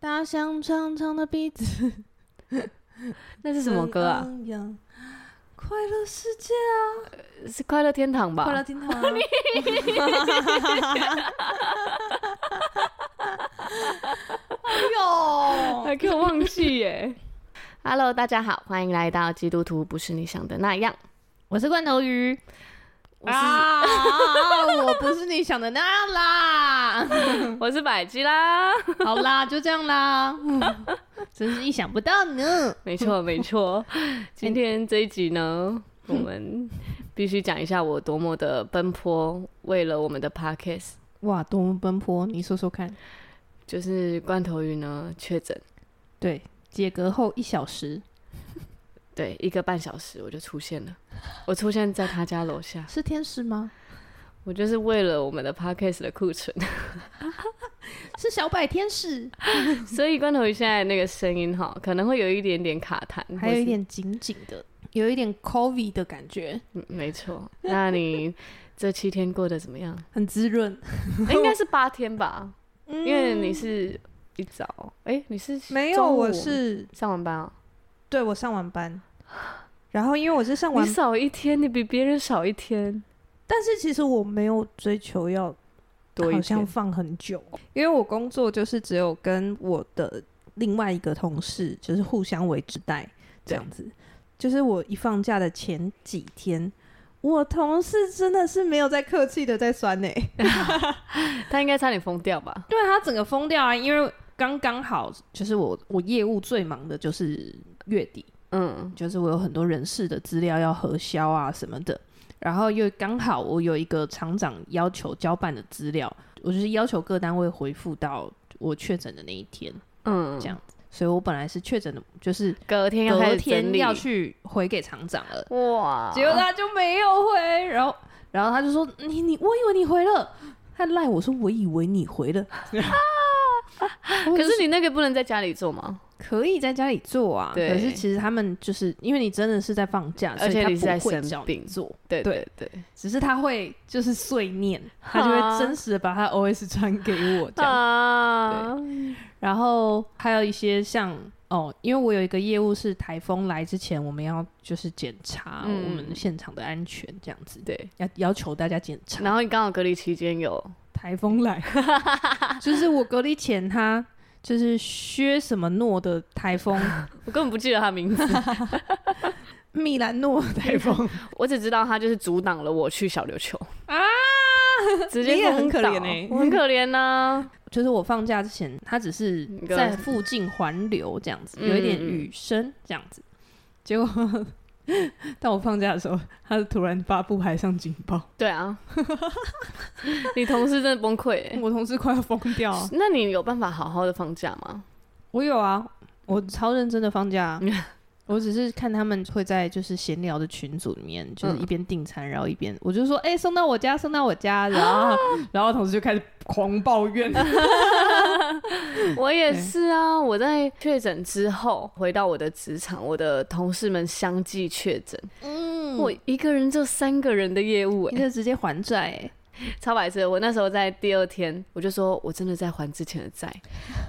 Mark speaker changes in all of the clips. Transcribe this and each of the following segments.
Speaker 1: 大象长长的鼻 子
Speaker 2: 那是什么歌啊？
Speaker 1: 怎嗯样？快乐世界啊
Speaker 2: 是呃快乐天堂
Speaker 1: 快乐
Speaker 2: 吧？
Speaker 1: 天堂啊、哎
Speaker 2: 哦还给我忘记耶 ！Hello，大家好，欢迎来到基督徒不是你想的那样，我是罐头鱼。
Speaker 1: 呦！啊！我不是你想的那样啦。
Speaker 2: 我是百吉啦，
Speaker 1: 好啦，就这样啦。 嗯真是意想不到呢。
Speaker 2: 没错没 错。今天这一集呢，我们必须讲一下我多么的奔波，为了我们的 podcast，
Speaker 1: 哇，多么奔波！你说说看。
Speaker 2: 就是罐头鱼呢确诊，
Speaker 1: 对，解隔后一小时
Speaker 2: 对，一个半小时我就出现了，我出现在他家楼下，
Speaker 1: 是天使吗？
Speaker 2: 我就是为了我们的 podcast 的库存。
Speaker 1: 是小百天使，
Speaker 2: 所以罐头鱼现在那个声音哈，可能会有一点点卡痰，
Speaker 1: 还有一
Speaker 2: 或是，
Speaker 1: 点紧紧的，有一点 COVID 的感觉，
Speaker 2: 嗯没错。 那你这七天过得怎么样？
Speaker 1: 很滋润。
Speaker 2: 诶 应该是八天吧，
Speaker 1: 因
Speaker 2: 因为你是一早，哎，你是
Speaker 1: 嗯没有，
Speaker 2: 中午
Speaker 1: 我是
Speaker 2: 上完班哦，
Speaker 1: 对我上完班，然后因为我是上
Speaker 2: 你
Speaker 1: 完，
Speaker 2: 少一天，你比别人少一天，
Speaker 1: 但是其实我没有追求要
Speaker 2: 多一
Speaker 1: 好像
Speaker 2: 天。
Speaker 1: 放很久，因为我工作就是只有跟我的另外一个同事就是互相为之带这
Speaker 2: 对
Speaker 1: 样子，就是我一放假的前几天。我同事真的是没有在客气的在酸欸呢、
Speaker 2: 他应该差点疯掉吧？
Speaker 1: 对他整个疯掉啊，因为刚刚好就是我我业务最忙的就是月底，
Speaker 2: 嗯，
Speaker 1: 就是我有很多人事的资料要核销啊什么的，然后又刚好我有一个厂长要求交办的资料，我就是要求各单位回复到我确诊的那一天，
Speaker 2: 嗯
Speaker 1: 这样所以我本来是确诊的，就是
Speaker 2: 隔天要
Speaker 1: 隔
Speaker 2: 开始整
Speaker 1: 天
Speaker 2: 理
Speaker 1: 要去回给厂长了，
Speaker 2: 哇，
Speaker 1: 结果他就没有回，然后然后他就说你你我以为你回了，他赖我说我以为你回了，
Speaker 2: 可是你那个不能在家里做吗？
Speaker 1: 可以在家里做啊，
Speaker 2: 对
Speaker 1: 可是其实他们就是因为你真的是在放假，
Speaker 2: 而且
Speaker 1: 所以他
Speaker 2: 你是在
Speaker 1: 不会
Speaker 2: 生
Speaker 1: 叫你
Speaker 2: 病
Speaker 1: 做，
Speaker 2: 对
Speaker 1: 对
Speaker 2: 对，
Speaker 1: 只是他会就是碎 念，他
Speaker 2: 哈
Speaker 1: 就会真实的把他 OS 传给我这 样。
Speaker 2: 啊，
Speaker 1: 然后还有一些像哦，因为我有一个业务是台风来之前，我们要就是检查
Speaker 2: 嗯
Speaker 1: 我们现场的安全这样子，
Speaker 2: 对。
Speaker 1: 要要求大家检查。
Speaker 2: 然后你刚好隔离期间有
Speaker 1: 台风 来，就是我隔离前他就是薛什么诺的台 风，
Speaker 2: 我根本不记得他名 字，
Speaker 1: 米兰诺的台风，
Speaker 2: 我只知道他就是阻挡了我去小琉球
Speaker 1: 啊，
Speaker 2: 直接
Speaker 1: 你也很
Speaker 2: 封
Speaker 1: 可
Speaker 2: 岛
Speaker 1: 怜欸
Speaker 2: 我很可怜 呐、
Speaker 1: 就是我放假之前，他只是
Speaker 2: 你跟
Speaker 1: 在附近环流这样子，
Speaker 2: 嗯
Speaker 1: 有一点雨声这样子。结果 到我放假的时候，他突然发布海上警报，
Speaker 2: 对啊， 你同事真的崩溃、欸。
Speaker 1: 我同事快要疯掉啊。
Speaker 2: 那你有办法好好的放假吗？
Speaker 1: 我有啊，我超认真的放假 啊、我只是看他们会在就是闲聊的群组里面，就是
Speaker 2: 嗯
Speaker 1: 一边订餐，然后一边我就说，哎、送到我家，送到我家，然后然后同事就开始狂抱 怨，嗯
Speaker 2: 我也是啊，我在确诊之后回到我的职场，我的同事们相继确诊，
Speaker 1: 嗯
Speaker 2: 我一个人就三个人的业务、
Speaker 1: 你
Speaker 2: 欸，
Speaker 1: 就直接还债、欸，
Speaker 2: 超白痴！我那时候在第二天，我就说我真的在还之前的债，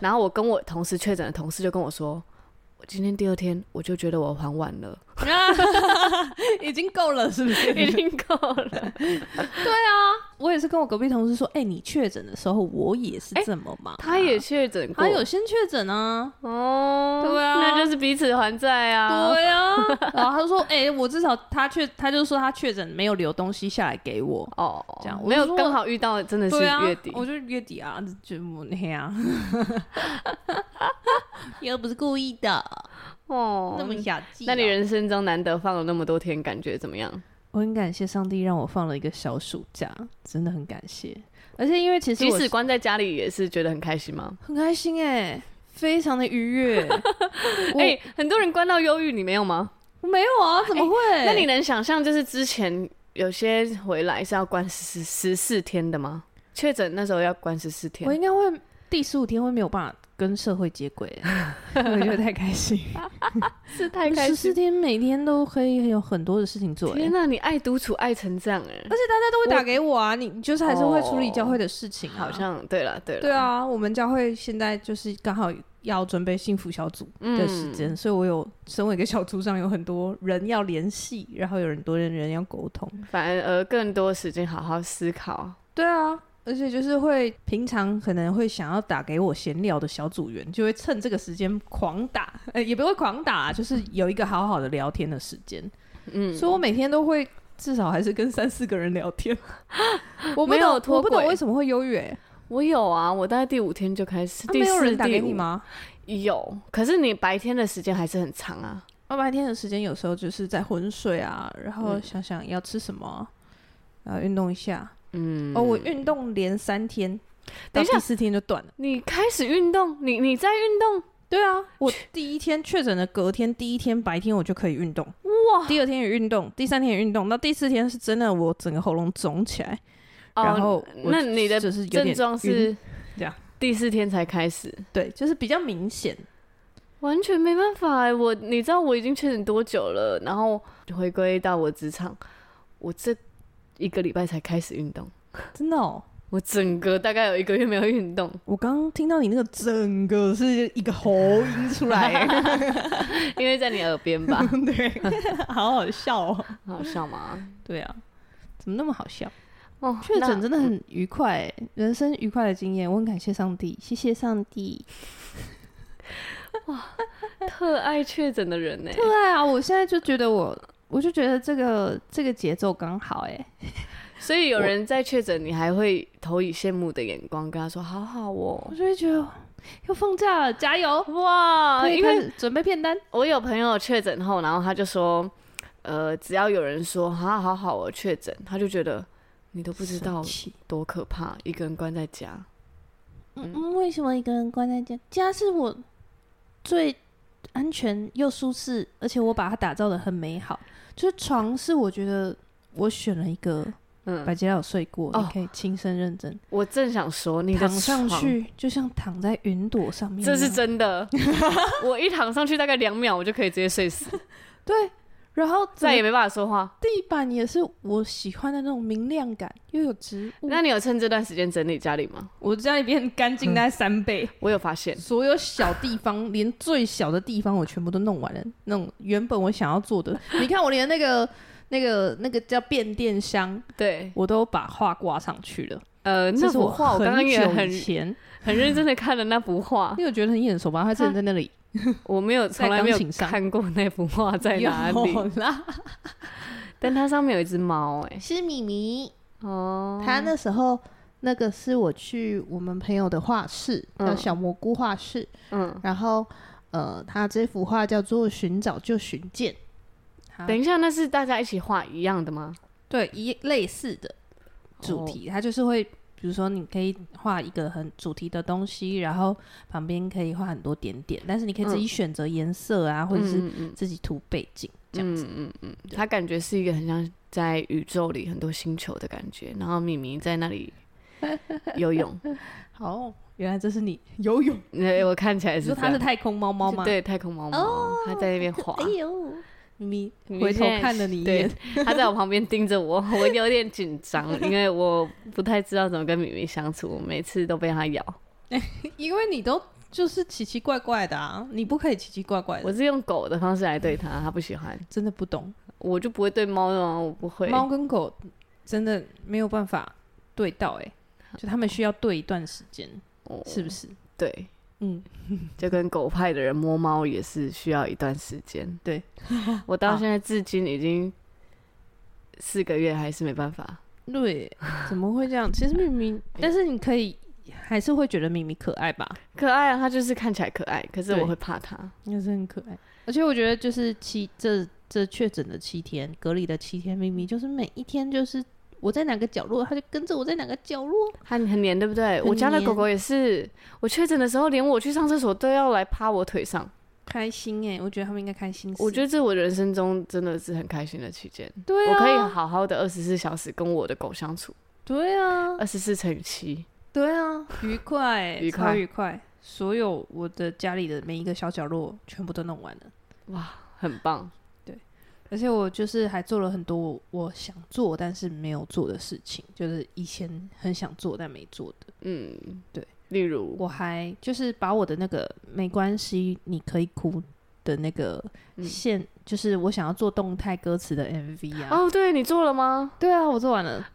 Speaker 2: 然后我跟我同时确诊的同事就跟我说，我今天第二天我就觉得我还完 了，
Speaker 1: 已经够了，是不是？
Speaker 2: 已经够了。
Speaker 1: 我也是跟我隔壁同事说，哎、你确诊的时候我也是这么忙啊、
Speaker 2: 哎他也确诊过，
Speaker 1: 他有先确诊啊，
Speaker 2: 哦，
Speaker 1: 对啊
Speaker 2: 那就是彼此还债啊。
Speaker 1: 对啊，然后他就说，哎、我至少他确，他就说他确诊没有留东西下来给我，
Speaker 2: 哦，
Speaker 1: 这样我就
Speaker 2: 没有
Speaker 1: 说
Speaker 2: 刚好遇到，真的是
Speaker 1: 对啊，
Speaker 2: 月底。
Speaker 1: 我就月底啊，就抹黑啊， 又不是故意的，
Speaker 2: 哦，
Speaker 1: 那么啊小气、
Speaker 2: 那你，人生中难得放了那么多天，感觉怎么样？
Speaker 1: 我很感谢上帝让我放了一个小暑假，真的很感谢，而且因为其实
Speaker 2: 即
Speaker 1: 我
Speaker 2: 使关在家里也是觉得很开心吗？
Speaker 1: 很开心哎、非常的愉 悦，我
Speaker 2: 哎、很多人关到忧郁，你没有吗？
Speaker 1: 我没有啊，怎么会？
Speaker 2: 那你能想象，就是之前有些回来是要关十十四天的吗？确诊那时候要关十四天
Speaker 1: 我，应该会第十五天会没有办法跟社会接 轨了，我觉得 太开心。
Speaker 2: 是太开
Speaker 1: 十四
Speaker 2: 心。
Speaker 1: 天每天都可以有很多的事情做、欸，
Speaker 2: 天哪、你爱独处爱成这样哎、
Speaker 1: 而且大家都会打给我啊，你你就是还是会处理教会的事情、啊
Speaker 2: 好像对了对了，
Speaker 1: 对啊，我们教会现在就是刚好要准备幸福小组
Speaker 2: 嗯
Speaker 1: 的时间，所以我有身为一个小组长，有很多人要联系，然后有很多人人要沟通。
Speaker 2: 反而更多时间好好思考。
Speaker 1: 对啊，而且就是会平常可能会想要打给我闲聊的小组员，就会趁这个时间狂打，呃，也不会狂打啊，就是有一个好好的聊天的时间。
Speaker 2: 嗯，
Speaker 1: 所以我每天都会至少还是跟三四个人聊天。 我不
Speaker 2: 没有
Speaker 1: 懂，
Speaker 2: 脱
Speaker 1: 我不懂
Speaker 2: 轨
Speaker 1: 为什么会优越、欸，
Speaker 2: 我有啊，我大概第五天就开始，
Speaker 1: 啊
Speaker 2: 第
Speaker 1: 没有
Speaker 2: 四
Speaker 1: 人打
Speaker 2: 第
Speaker 1: 给你
Speaker 2: 五
Speaker 1: 吗？
Speaker 2: 有，可是你白天的时间还是很长啊。
Speaker 1: 我白天的时间有时候就是在昏睡啊，然后
Speaker 2: 嗯
Speaker 1: 想想要吃什么，啊然后运动一下。
Speaker 2: 嗯，
Speaker 1: 哦，我运动连三天，
Speaker 2: 等一
Speaker 1: 到
Speaker 2: 下
Speaker 1: 第四天就断了。
Speaker 2: 你开始运动，你你在运动，
Speaker 1: 对啊，我第一天确诊的隔天，第一天白天我就可以运动，
Speaker 2: 哇！
Speaker 1: 第二天也运动，第三天也运动，到第四天是真的我整个喉咙肿起来，然后
Speaker 2: 哦、
Speaker 1: 我
Speaker 2: 那你的
Speaker 1: 就是有点
Speaker 2: 症状
Speaker 1: 晕
Speaker 2: 是
Speaker 1: 这样
Speaker 2: 第四天才开始，
Speaker 1: 对，就是比较明显。
Speaker 2: 完全没办法哎、我你知道我已经确诊多久了，然后回归到我职场，我这一个礼拜才开始运动，
Speaker 1: 真的哦，
Speaker 2: 我整个大概有一个月没有运动，
Speaker 1: 我刚刚听到你那个整个是一个喉音出 来，
Speaker 2: 因为在你耳边吧，
Speaker 1: 对，好好笑哦。
Speaker 2: 好笑吗？
Speaker 1: 对啊，怎么那么好笑？
Speaker 2: 哦，
Speaker 1: 确诊
Speaker 2: 那
Speaker 1: 真的很愉快欸、人生愉快的经验，我很感谢上帝，谢谢上帝。
Speaker 2: 特爱确诊的人呢、欸
Speaker 1: 对啊，我现在就觉得我，我就觉得这个这个节奏刚好、哎，
Speaker 2: 所以有人在确诊，你还会投以羡慕的眼光，跟他说好好哦
Speaker 1: 我。就会觉得要放假了，加油！
Speaker 2: 哇，
Speaker 1: 可以
Speaker 2: 啊因
Speaker 1: 开
Speaker 2: 为
Speaker 1: 始准备片单，
Speaker 2: 我有朋友确诊后，然后他就说，呃，只要有人说啊，好好，我确诊，他就觉得你都不知道
Speaker 1: 生气
Speaker 2: 多可怕，一个人关在家。
Speaker 1: 嗯嗯，为什么一个人关在家？家是我最安全又舒适，而且我把它打造的很美好。就是床是我觉得我选了一个，
Speaker 2: 嗯，
Speaker 1: 百吉拉有睡过，
Speaker 2: 哦
Speaker 1: 你可以亲身认真。
Speaker 2: 我正想说你的
Speaker 1: 躺上
Speaker 2: 床，
Speaker 1: 去就像躺在云朵上面一
Speaker 2: 这
Speaker 1: 样，
Speaker 2: 是真 的。我一躺上去大概两秒，我就可以直接睡 死，
Speaker 1: 对。然后整
Speaker 2: 再也
Speaker 1: 个
Speaker 2: 没办法说话。
Speaker 1: 地板也是我喜欢的那种明亮感，又有植物。
Speaker 2: 那你有趁这段时间整理家里吗？
Speaker 1: 我家里边干净大概三倍，
Speaker 2: 我有发现，
Speaker 1: 所有小地方，连最小的地方我全部都弄完了。那种原本我想要做 的，你看我连那个那个那个叫变电箱，
Speaker 2: 对，
Speaker 1: 我都把画挂上去了。
Speaker 2: 呃，
Speaker 1: 这
Speaker 2: 那
Speaker 1: 是
Speaker 2: 幅画我
Speaker 1: 很
Speaker 2: 刚刚也
Speaker 1: 久
Speaker 2: 很啊
Speaker 1: 以前，
Speaker 2: 很认真的看了那幅画
Speaker 1: 你，有觉得很眼熟吧？它真的在那里，
Speaker 2: 我没有从来
Speaker 1: 在钢
Speaker 2: 没有
Speaker 1: 琴上
Speaker 2: 看过那幅画在哪里，
Speaker 1: 有啦？
Speaker 2: 但它上面有一只猫、哎，
Speaker 1: 是米米，
Speaker 2: 哦，
Speaker 1: 他那时候那个是我去我们朋友的画室，
Speaker 2: 嗯
Speaker 1: 叫小蘑菇画室，
Speaker 2: 嗯，
Speaker 1: 然后呃，他这幅画叫做《寻找就寻见》，它
Speaker 2: 等一下，那是大家一起画一样的吗？
Speaker 1: 对一类似的主题，它就是会。比如说，你可以画一个很主题的东西，然后旁边可以画很多点点，但是你可以自己选择颜色啊，或者是
Speaker 2: 嗯嗯
Speaker 1: 自己涂背景这样子。
Speaker 2: 嗯嗯嗯，它感觉是一个很像在宇宙里很多星球的感觉，然后米米在那 里游泳，
Speaker 1: 好，原来这是你游泳，
Speaker 2: 呃，我看起来
Speaker 1: 你
Speaker 2: 是
Speaker 1: 说
Speaker 2: 这
Speaker 1: 它是
Speaker 2: 样
Speaker 1: 太空猫猫吗？，
Speaker 2: 对，太空猫哦哎猫，它在那边滑，
Speaker 1: 哎呦，你
Speaker 2: 你
Speaker 1: 回头
Speaker 2: 现在
Speaker 1: 看了你一
Speaker 2: 对
Speaker 1: 眼，
Speaker 2: 它在我旁边盯着我， 我有点紧张，因为我不太知道怎么跟米米相处，我每次都被它咬。
Speaker 1: 因为你都就是奇奇怪怪的啊，你不可以奇奇怪怪的。
Speaker 2: 我是用狗的方式来
Speaker 1: 嗯
Speaker 2: 对它，它不喜欢，
Speaker 1: 真的不懂，
Speaker 2: 我就不会对猫啊，我不会。
Speaker 1: 猫跟狗真的没有办法对到哎、就他们需要对一段时间，
Speaker 2: 哦
Speaker 1: 是不是？
Speaker 2: 对，
Speaker 1: 嗯，
Speaker 2: 就跟狗派的人摸猫也是需要一段时间。
Speaker 1: 对，
Speaker 2: 我到现在至今已经四个月，还是没办法。
Speaker 1: 对，怎么会这样？其实明 明，但是你可以还是会觉得咪咪可爱吧，
Speaker 2: 可爱啊，它就是看起来可爱，可是
Speaker 1: 对
Speaker 2: 我会怕它。
Speaker 1: 也是很可爱。而且我觉得就是七这这确诊的七天，隔离的七天，咪咪就是每一天就是我在哪个角落，它就跟着我在哪个角落。
Speaker 2: 它很黏，对不对？我家的狗狗也是，我确诊的时候，连我去上厕所都要来趴我腿上。
Speaker 1: 开心哎、我觉得他们应该开心死。
Speaker 2: 我觉得这我人生中真的是很开心的期间，
Speaker 1: 对啊，
Speaker 2: 我可以好好的二十四小时跟我的狗相处，
Speaker 1: 对啊，
Speaker 2: 二十四乘以七。
Speaker 1: 对啊，愉快欸，
Speaker 2: 愉快
Speaker 1: 超愉快。所有我的家里的每一个小角落全部都弄完了，
Speaker 2: 哇，很棒，
Speaker 1: 而且我就是还做了很多我我想做但是没有做的事情，就是以前很想做但没做的。
Speaker 2: 嗯，
Speaker 1: 对，
Speaker 2: 例如
Speaker 1: 我还就是把我的那个没关系，你可以哭的那个
Speaker 2: 嗯
Speaker 1: 线，就是我想要做动态歌词的 MV 啊。
Speaker 2: 哦，对你做了吗？
Speaker 1: 对啊，我做完了，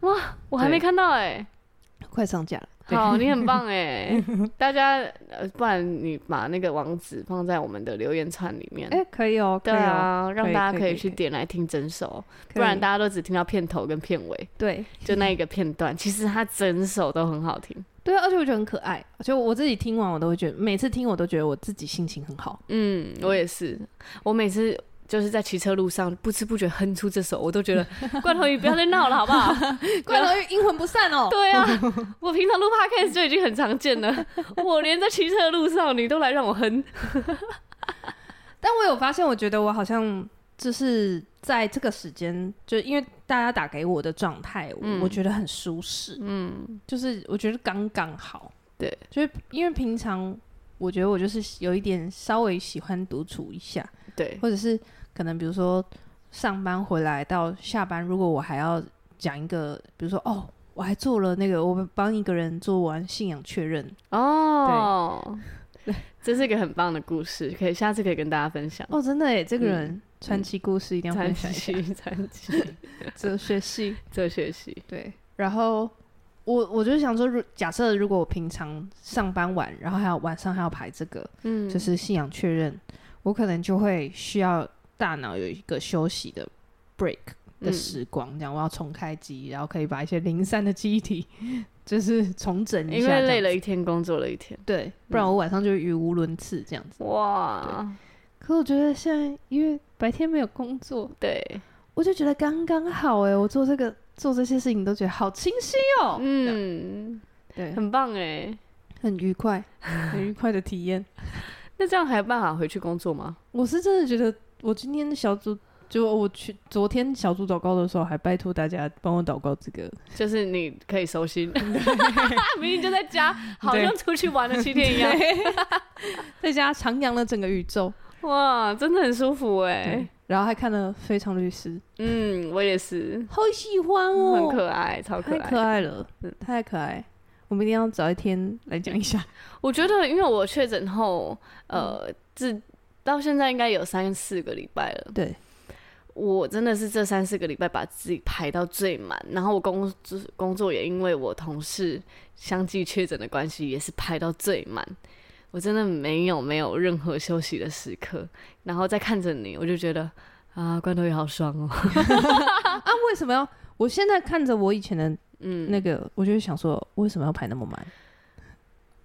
Speaker 2: 我还没
Speaker 1: 对
Speaker 2: 看到哎、
Speaker 1: 快上架了。对
Speaker 2: 好，你很棒哎、 大家呃，不然你把那个网址放在我们的留言串里面。
Speaker 1: 哎、可以哦，
Speaker 2: 对啊，让
Speaker 1: 可以
Speaker 2: 大家
Speaker 1: 可
Speaker 2: 可
Speaker 1: 以
Speaker 2: 以去
Speaker 1: 可以
Speaker 2: 点来听整首，
Speaker 1: 可以，
Speaker 2: 不然大家都只听到片头跟片尾，
Speaker 1: 对
Speaker 2: 就那一个片段。其实它整首都很好听。
Speaker 1: 对啊，而且我觉得很可爱，就我自己听完我都会觉得，每次听我都觉得我自己心情很好。
Speaker 2: 嗯，我也是，我每次就是在骑车路上不知不觉哼出这首，我都 觉得罐头鱼不要再闹了，好不好？
Speaker 1: 怪头阴魂不散哦，
Speaker 2: 对啊， 我平常录 podcast 就已经很常见 了，我连在骑车的路上你都来让我哼。
Speaker 1: 但我有发现，我觉得我好像就是在这个时间，就因为大家打给我的状态，我
Speaker 2: 嗯
Speaker 1: 我觉得很舒适，
Speaker 2: 嗯，
Speaker 1: 就是我觉得刚刚好。
Speaker 2: 对，
Speaker 1: 就是因为平常我觉得我就是有一点稍微喜欢独处一下，
Speaker 2: 对，
Speaker 1: 或者是可能比如说上班回来到下班，如果我还要讲一个，比如说哦，我还做了那个，我们帮一个人做完信仰确认，
Speaker 2: 哦， 这是一个很棒的故事，可以下次可以跟大家分享。
Speaker 1: 哦，真的耶，这个
Speaker 2: 嗯
Speaker 1: 人传奇故事一定要
Speaker 2: 传
Speaker 1: 分享一下，
Speaker 2: 奇，传奇，
Speaker 1: 哲学系
Speaker 2: 这学习，
Speaker 1: 对，然后。我我就想说，如假设如果我平常上班晚，然后还要晚上还要排这个，
Speaker 2: 嗯
Speaker 1: 就是信仰确认，我可能就会需要大脑有一个休息的 break 的
Speaker 2: 嗯
Speaker 1: 时光，这样我要重开机，然后可以把一些零散的记忆体 就是重整一嗯
Speaker 2: 因
Speaker 1: 下这样
Speaker 2: 为
Speaker 1: 子，
Speaker 2: 累了一天，工作了一天，
Speaker 1: 对，不然我晚上就语无伦次这样子。
Speaker 2: 哇，
Speaker 1: 可我觉得现在因为白天没有工作，
Speaker 2: 对，
Speaker 1: 我就觉得刚刚好哎、我做这个做这些事情都觉得好清晰哦，这样，
Speaker 2: 嗯，
Speaker 1: 对，很
Speaker 2: 很棒哎。
Speaker 1: 很愉快，很愉快的体验。
Speaker 2: 那这样还有办法回去工作吗？
Speaker 1: 我是真的觉得，我今天小组就我去昨天小组祷告的时候，还拜托大家帮我祷告这个。
Speaker 2: 就是你可以收 心，明明就在家，好
Speaker 1: 对
Speaker 2: 像出去玩了七天一样。
Speaker 1: 在家徜徉了整个宇宙，
Speaker 2: 哇，真的很舒服哎、
Speaker 1: 对，然后还看了《非常律师》，
Speaker 2: 嗯，我也是，
Speaker 1: 好喜欢哦，
Speaker 2: 很可爱，超
Speaker 1: 太
Speaker 2: 可爱。
Speaker 1: 可爱了
Speaker 2: 嗯，
Speaker 1: 太可爱。我们一定要找一天来讲一下。
Speaker 2: 我觉得，因为我确诊后，
Speaker 1: 嗯
Speaker 2: 呃，自到现在应该有三四个礼拜了。
Speaker 1: 对，
Speaker 2: 我真的是这三四个礼拜把自己排到最满，然后我工就是工作也因为我同事相继确诊的关系，也是排到最满。我真的没有没有任何休息的时刻，然后再看着你，我就觉得啊，关头也好爽哦。
Speaker 1: 啊，为什么要？我现在看着我以前的
Speaker 2: 嗯，
Speaker 1: 那个，我就会想说，为什么要排那么满？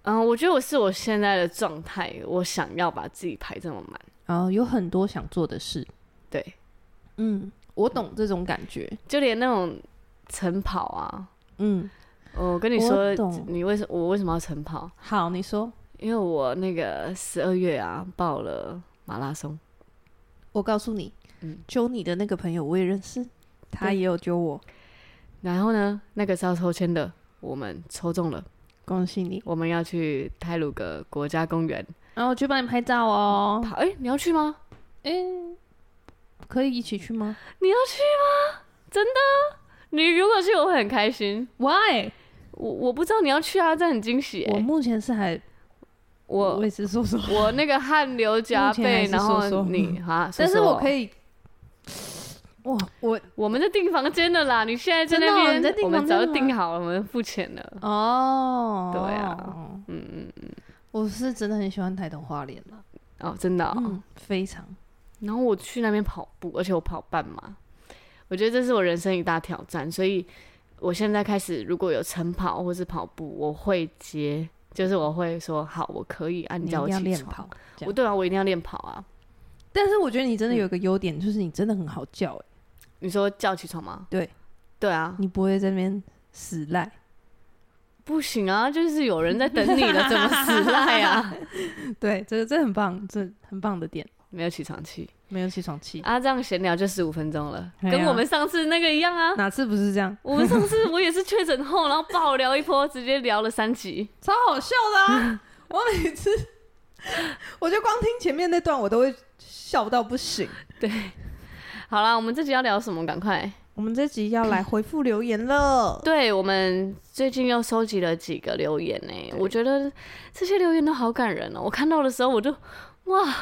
Speaker 2: 嗯，我觉得我是我现在的状态，我想要把自己排这么满。
Speaker 1: 然后有很多想做的事。
Speaker 2: 对，
Speaker 1: 嗯，我懂这种感觉。
Speaker 2: 就连那种晨跑啊，
Speaker 1: 嗯，
Speaker 2: 我跟你
Speaker 1: 我
Speaker 2: 说
Speaker 1: 懂，
Speaker 2: 你为什我为什么要晨跑？
Speaker 1: 好，你说，
Speaker 2: 因为我那个十二月啊报了马拉松，
Speaker 1: 我告诉你，
Speaker 2: 嗯
Speaker 1: 揪你的那个朋友我也认识，他
Speaker 2: 对
Speaker 1: 也有揪我，
Speaker 2: 然后呢，那个是要抽签的，我们抽中了，
Speaker 1: 恭喜你。
Speaker 2: 我们要去泰鲁格国家公园
Speaker 1: 然后我去帮你拍照哦。
Speaker 2: 跑。哎、你要去吗？
Speaker 1: 嗯，可以一起去吗
Speaker 2: 你要去吗？真的？你如果去，我会很开心。
Speaker 1: ？Why？
Speaker 2: 我我不知道你要去啊，这很惊喜、
Speaker 1: 我
Speaker 2: 欸。
Speaker 1: 目前是还
Speaker 2: 我
Speaker 1: 我也是说说，
Speaker 2: 我那个汗流浃
Speaker 1: 目前还
Speaker 2: 背，
Speaker 1: 是
Speaker 2: 然
Speaker 1: 说说嗯
Speaker 2: 后你啊，
Speaker 1: 但是我可
Speaker 2: 以，
Speaker 1: 以。哇，我
Speaker 2: 我们在订房间的啦。你现在在
Speaker 1: 真的哦
Speaker 2: 那
Speaker 1: 你
Speaker 2: 边，
Speaker 1: 在订
Speaker 2: 我
Speaker 1: 房
Speaker 2: 们
Speaker 1: 间
Speaker 2: 早
Speaker 1: 了
Speaker 2: 就
Speaker 1: 吗
Speaker 2: 订好了，我们付钱了。
Speaker 1: 哦，
Speaker 2: 对啊，嗯嗯嗯，
Speaker 1: 我是真的很喜欢台东花莲了，
Speaker 2: 哦，真的、哦。
Speaker 1: 嗯，非常。
Speaker 2: 然后我去那边跑步，而且我跑半马，我觉得这是我人生一大挑战。所以我现在开始，如果有晨跑或是跑步，我会接，就是我会说好，我可以，啊，
Speaker 1: 你
Speaker 2: 你
Speaker 1: 一定
Speaker 2: 叫我
Speaker 1: 要
Speaker 2: 起
Speaker 1: 练
Speaker 2: 床。
Speaker 1: 跑，这
Speaker 2: 我
Speaker 1: 样。
Speaker 2: 对啊，我一定要练跑啊。
Speaker 1: 但是我觉得你真的有一个优点，就是你真的很好叫，欸
Speaker 2: 你说叫起床吗？
Speaker 1: 对，
Speaker 2: 对啊，
Speaker 1: 你不会在那边死赖。
Speaker 2: 不行啊，就是有人在等你了，怎么死赖啊？
Speaker 1: 对，这个这很棒，这很棒的点，
Speaker 2: 没有起床气
Speaker 1: 没有起床气。
Speaker 2: 啊，这样闲聊就十五分钟了，
Speaker 1: 哎呀
Speaker 2: 跟我们上次啊那个一样啊。
Speaker 1: 哪次不是这样？
Speaker 2: 我们上次我也是确诊后，然后爆聊一波，直接聊了三集。
Speaker 1: 超好笑的啊！
Speaker 3: 我每 次，我就光听前面那段，我都会笑到不行。
Speaker 2: 好啦，我们这集要聊什么？赶快！
Speaker 3: 我们这集要来回复留言了，
Speaker 2: 对我们最近又收集了几个留言呢、我觉得这些留言都好感人哦、我看到的时候，我就哇，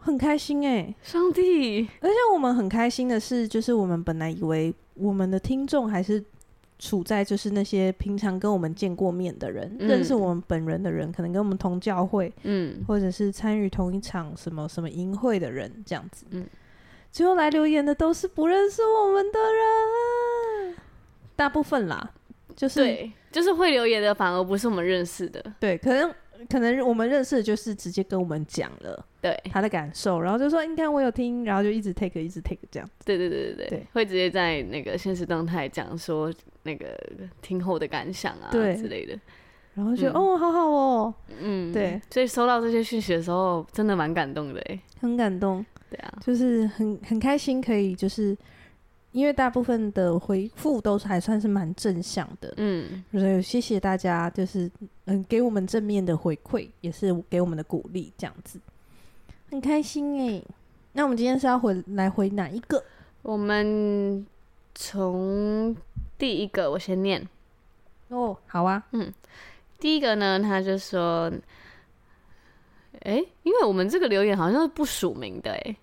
Speaker 3: 很开心哎、
Speaker 1: 欸
Speaker 2: 上帝！
Speaker 3: 而且我们很开心的是，就是我们本来以为我们的听众还是处在就是那些平常跟我们见过面的人，
Speaker 2: 嗯
Speaker 3: 认识我们本人的人，可能跟我们同教会，
Speaker 2: 嗯，
Speaker 3: 或者是参与同一场什么什么营会的人这样子。
Speaker 2: 嗯
Speaker 3: 嗯，结果来留言的都是不认识我们的人，大部分啦，就是
Speaker 2: 对，就是会留言的，反而不是我们认识的。
Speaker 3: 对可能。可能我们认识的就是直接跟我们讲了
Speaker 2: 对，
Speaker 3: 他的感受，然后就说你看我有听，然后就一直 take 一直 take 这样。
Speaker 2: 对对对对对
Speaker 3: 对，
Speaker 2: 会直接在那个现实动态讲说那个听后的感想啊
Speaker 3: 对
Speaker 2: 之类的。
Speaker 3: 然后就、
Speaker 2: 嗯
Speaker 3: 哦，好好哦，
Speaker 2: 嗯，
Speaker 3: 对，
Speaker 2: 所以收到这些讯息的时候，真的蛮感动的哎。
Speaker 3: 很感动，
Speaker 2: 对啊，
Speaker 3: 就是很很开心，可以就是因为大部分的回复都是还算是蛮正向的，
Speaker 2: 嗯，
Speaker 3: 所以谢谢大家，就是嗯给我们正面的回馈，也是给我们的鼓励，这样子很开心哎。那我们今天是要回来回哪一个？
Speaker 2: 我们从第一个我先念，
Speaker 3: 哦，好啊，
Speaker 2: 第一个呢，他就说，哎、因为我们这个留言好像是不署名的哎，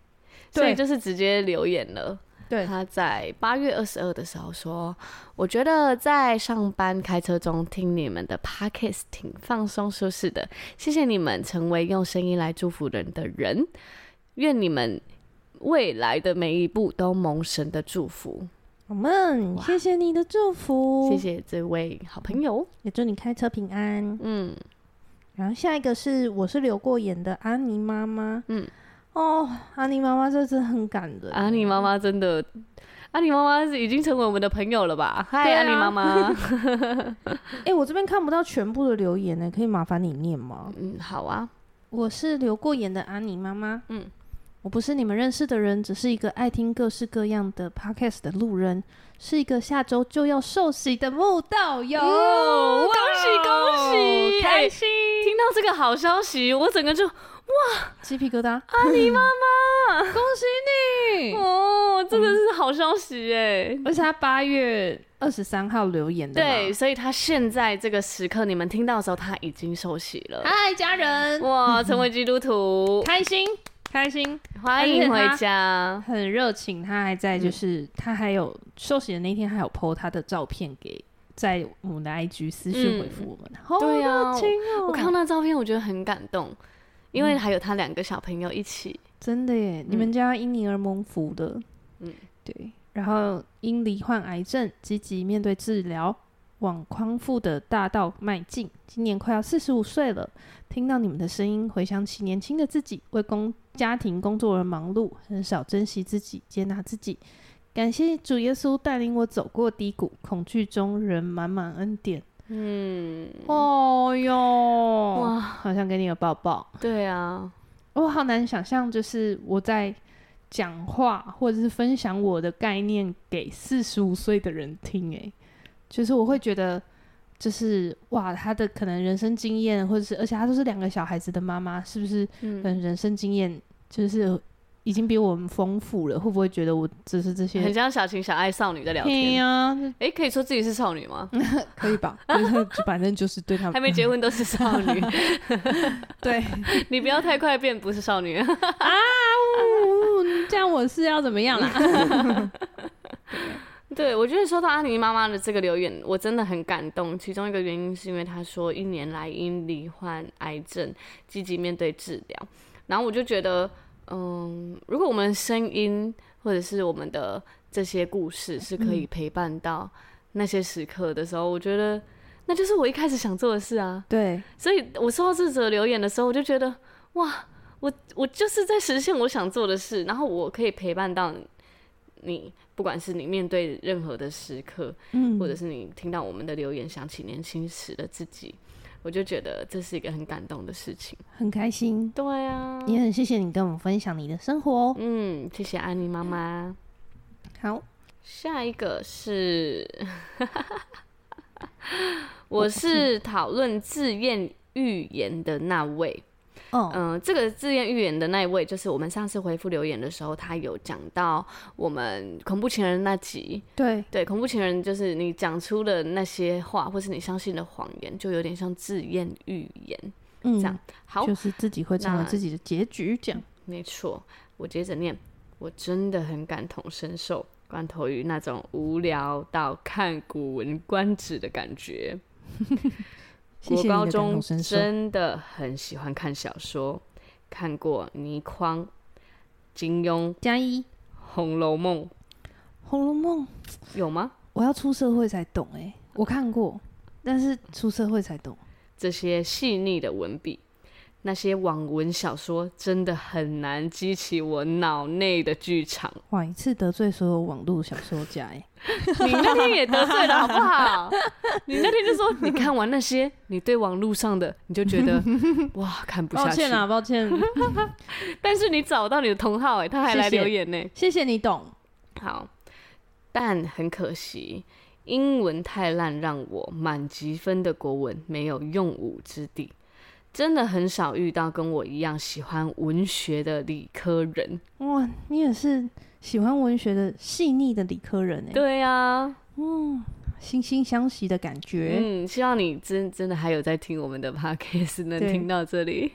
Speaker 2: 所以
Speaker 3: 对
Speaker 2: 就是直接留言了。
Speaker 3: 对，
Speaker 2: 他在八月二十二的时候说：“我觉得在上班开车中听你们的 podcast 挺放松舒适的，谢谢你们成为用声音来祝福人的人，愿你们未来的每一步都蒙神的祝福。
Speaker 3: 我们
Speaker 2: 哇
Speaker 3: 谢谢你的祝福，
Speaker 2: 谢，谢这位好朋友。
Speaker 3: 也祝你开车平安。
Speaker 2: 嗯，
Speaker 3: 然后下一个是我是留过眼的安妮妈妈，
Speaker 2: 嗯
Speaker 3: 嗯，哦，安妮妈妈这真的很感人，
Speaker 2: 安妮妈妈真的，安妮妈妈是已经成为我们的朋友了吧？嗨，
Speaker 3: 对啊
Speaker 2: 安妮妈妈。
Speaker 3: 哎、我这边看不到全部的留言呢，可以麻烦你念吗？
Speaker 2: 嗯，好啊。
Speaker 3: 我是留过言的安妮妈妈，
Speaker 2: 嗯
Speaker 3: 嗯，我不是你们认识的人，只是一个爱听各式各样的 podcast 的路人，是一个下周就要受洗的慕道友，
Speaker 2: 哦，
Speaker 3: 哇
Speaker 2: 恭喜恭喜，
Speaker 3: 开心，
Speaker 2: 哎听到这个好消息，我整个就
Speaker 3: 鸡皮疙瘩，
Speaker 2: 安妮妈妈，
Speaker 3: 恭喜 你！
Speaker 2: 哦，真的是好消息哎！
Speaker 3: 而且他八月二十三号留言的，
Speaker 2: 对，，所以他现在这个时刻，你们听到的时候，他已经受洗了，
Speaker 3: 嗨，家人，
Speaker 2: 哇，成为基督 徒，
Speaker 3: 开心开心，
Speaker 2: 欢迎回家。
Speaker 3: 很热情，他还
Speaker 2: 嗯
Speaker 3: 在就是、他还有休息的那天还有 PO 他的照片给在我们的 IG 私讯回复我们，好
Speaker 2: 嗯对啊
Speaker 3: 热情哦、
Speaker 2: 我看到那照片，我觉得很感动，因为还有他两个小朋友一起，
Speaker 3: 真的耶，你们家因你而蒙福的，
Speaker 2: 嗯
Speaker 3: 嗯，对，然后因罹患癌症，积极面对治疗。往康复的大道迈进，今年快要四十五岁了。听到你们的声音，回想起年轻的自己，为工家庭工作而忙碌，很少珍惜自己，接纳自己。感谢主耶稣带领我走过低谷，恐惧中仍满满恩典。
Speaker 2: 嗯，
Speaker 3: 哦哟，
Speaker 2: 哇
Speaker 3: 哇，好想给你个抱抱。
Speaker 2: 对啊，
Speaker 3: 我好难想象，就是我在讲话或者是分享我的概念给四十五岁的人听、欸，就是我会觉得，就是哇，他的可能人生经验，或者是而且他都是两个小孩子的妈妈，是不是？
Speaker 2: 嗯，
Speaker 3: 嗯，人生经验就是已经比我们丰富了，会不会觉得我只是这
Speaker 2: 很
Speaker 3: 些？
Speaker 2: 像小情小爱少女在聊
Speaker 3: 对
Speaker 2: 天。
Speaker 3: 呀、
Speaker 2: 哎，可以说自己是少女吗？
Speaker 3: 可以 吧？就是反正就是对他
Speaker 2: 还
Speaker 3: 们
Speaker 2: 没结婚都是少 女，
Speaker 3: 对
Speaker 2: 你不要太快变不是少女。
Speaker 3: 嗯这样我是要怎么样啊啦？
Speaker 2: 对，我觉得收到安妮妈妈的这个留言，我真的很感动。其中一个原因是因为她说一年来因罹患癌症，积极面对治疗。然后我就觉得，嗯，如果我们声音或者是我们的这些故事是可以嗯陪伴到那些时刻的时候，我觉得那就是我一开始想做的事啊。
Speaker 3: 对，
Speaker 2: 所以我收到这则留言的时候，我就觉得，哇，我我就是在实现我想做的事，然后我可以陪伴到你，不管是你面对任何的时刻，
Speaker 3: 嗯
Speaker 2: 或者是你听到我们的留言，想起年轻时的自己，我就觉得这是一个很感动的事情。
Speaker 3: 很开心。
Speaker 2: 对啊，
Speaker 3: 也很谢谢你跟我们分享你的生活哦。
Speaker 2: 嗯，谢谢安妮妈妈。
Speaker 3: 好，
Speaker 2: 下一个 是，我是讨论自愿预言的那位。
Speaker 3: 哦，
Speaker 2: 嗯、这个自愿预言的那一位，就是我们上次回复留言的时候，他有讲到我们恐怖情人那集。
Speaker 3: 对，
Speaker 2: 对，恐怖情人就是你讲出的那些话，或是你相信的谎言，就有点像自愿预言。
Speaker 3: 嗯，
Speaker 2: 这样好，
Speaker 3: 就是自己会成为
Speaker 2: 那
Speaker 3: 自己的结局，这样。
Speaker 2: 没错，我接着念，我真的很感同身受罐头鱼那种无聊到看古文观止的感觉。
Speaker 3: 谢谢
Speaker 2: 我
Speaker 3: 你的
Speaker 2: 高
Speaker 3: 感同
Speaker 2: 中
Speaker 3: 身受。
Speaker 2: 真的很喜欢看小说，看过倪匡、金庸、《
Speaker 3: 加一，《
Speaker 2: 红楼梦
Speaker 3: 红楼梦》
Speaker 2: 有吗？
Speaker 3: 我要出社会才懂哎、我看过，但是出社会才懂。
Speaker 2: 这些细腻的文笔，那些网文小说真的很难激起我脑内的剧 场。
Speaker 3: 哇，一次得罪所有网络小说家哎、
Speaker 2: 你那天也得罪了，好不好？你那天就说你看完那些，你对网络上的你就觉得 哇看不
Speaker 3: 抱
Speaker 2: 下去
Speaker 3: 歉，啊，抱歉，
Speaker 2: 但是你找到你的同好哎、他还来
Speaker 3: 谢谢
Speaker 2: 留言呢、
Speaker 3: 谢谢你懂。
Speaker 2: 好，但很可惜，英文太烂，让我满级分的国文没有用武之地。真的很少遇到跟我一样喜欢文学的理科人。
Speaker 3: 哇，你也是喜欢文学的细腻的理科人哎、
Speaker 2: 对啊，
Speaker 3: 嗯，惺惺相惜的感觉，
Speaker 2: 嗯，希望你真真的还有在听我们的 podcast，能
Speaker 3: 对
Speaker 2: 听到这里。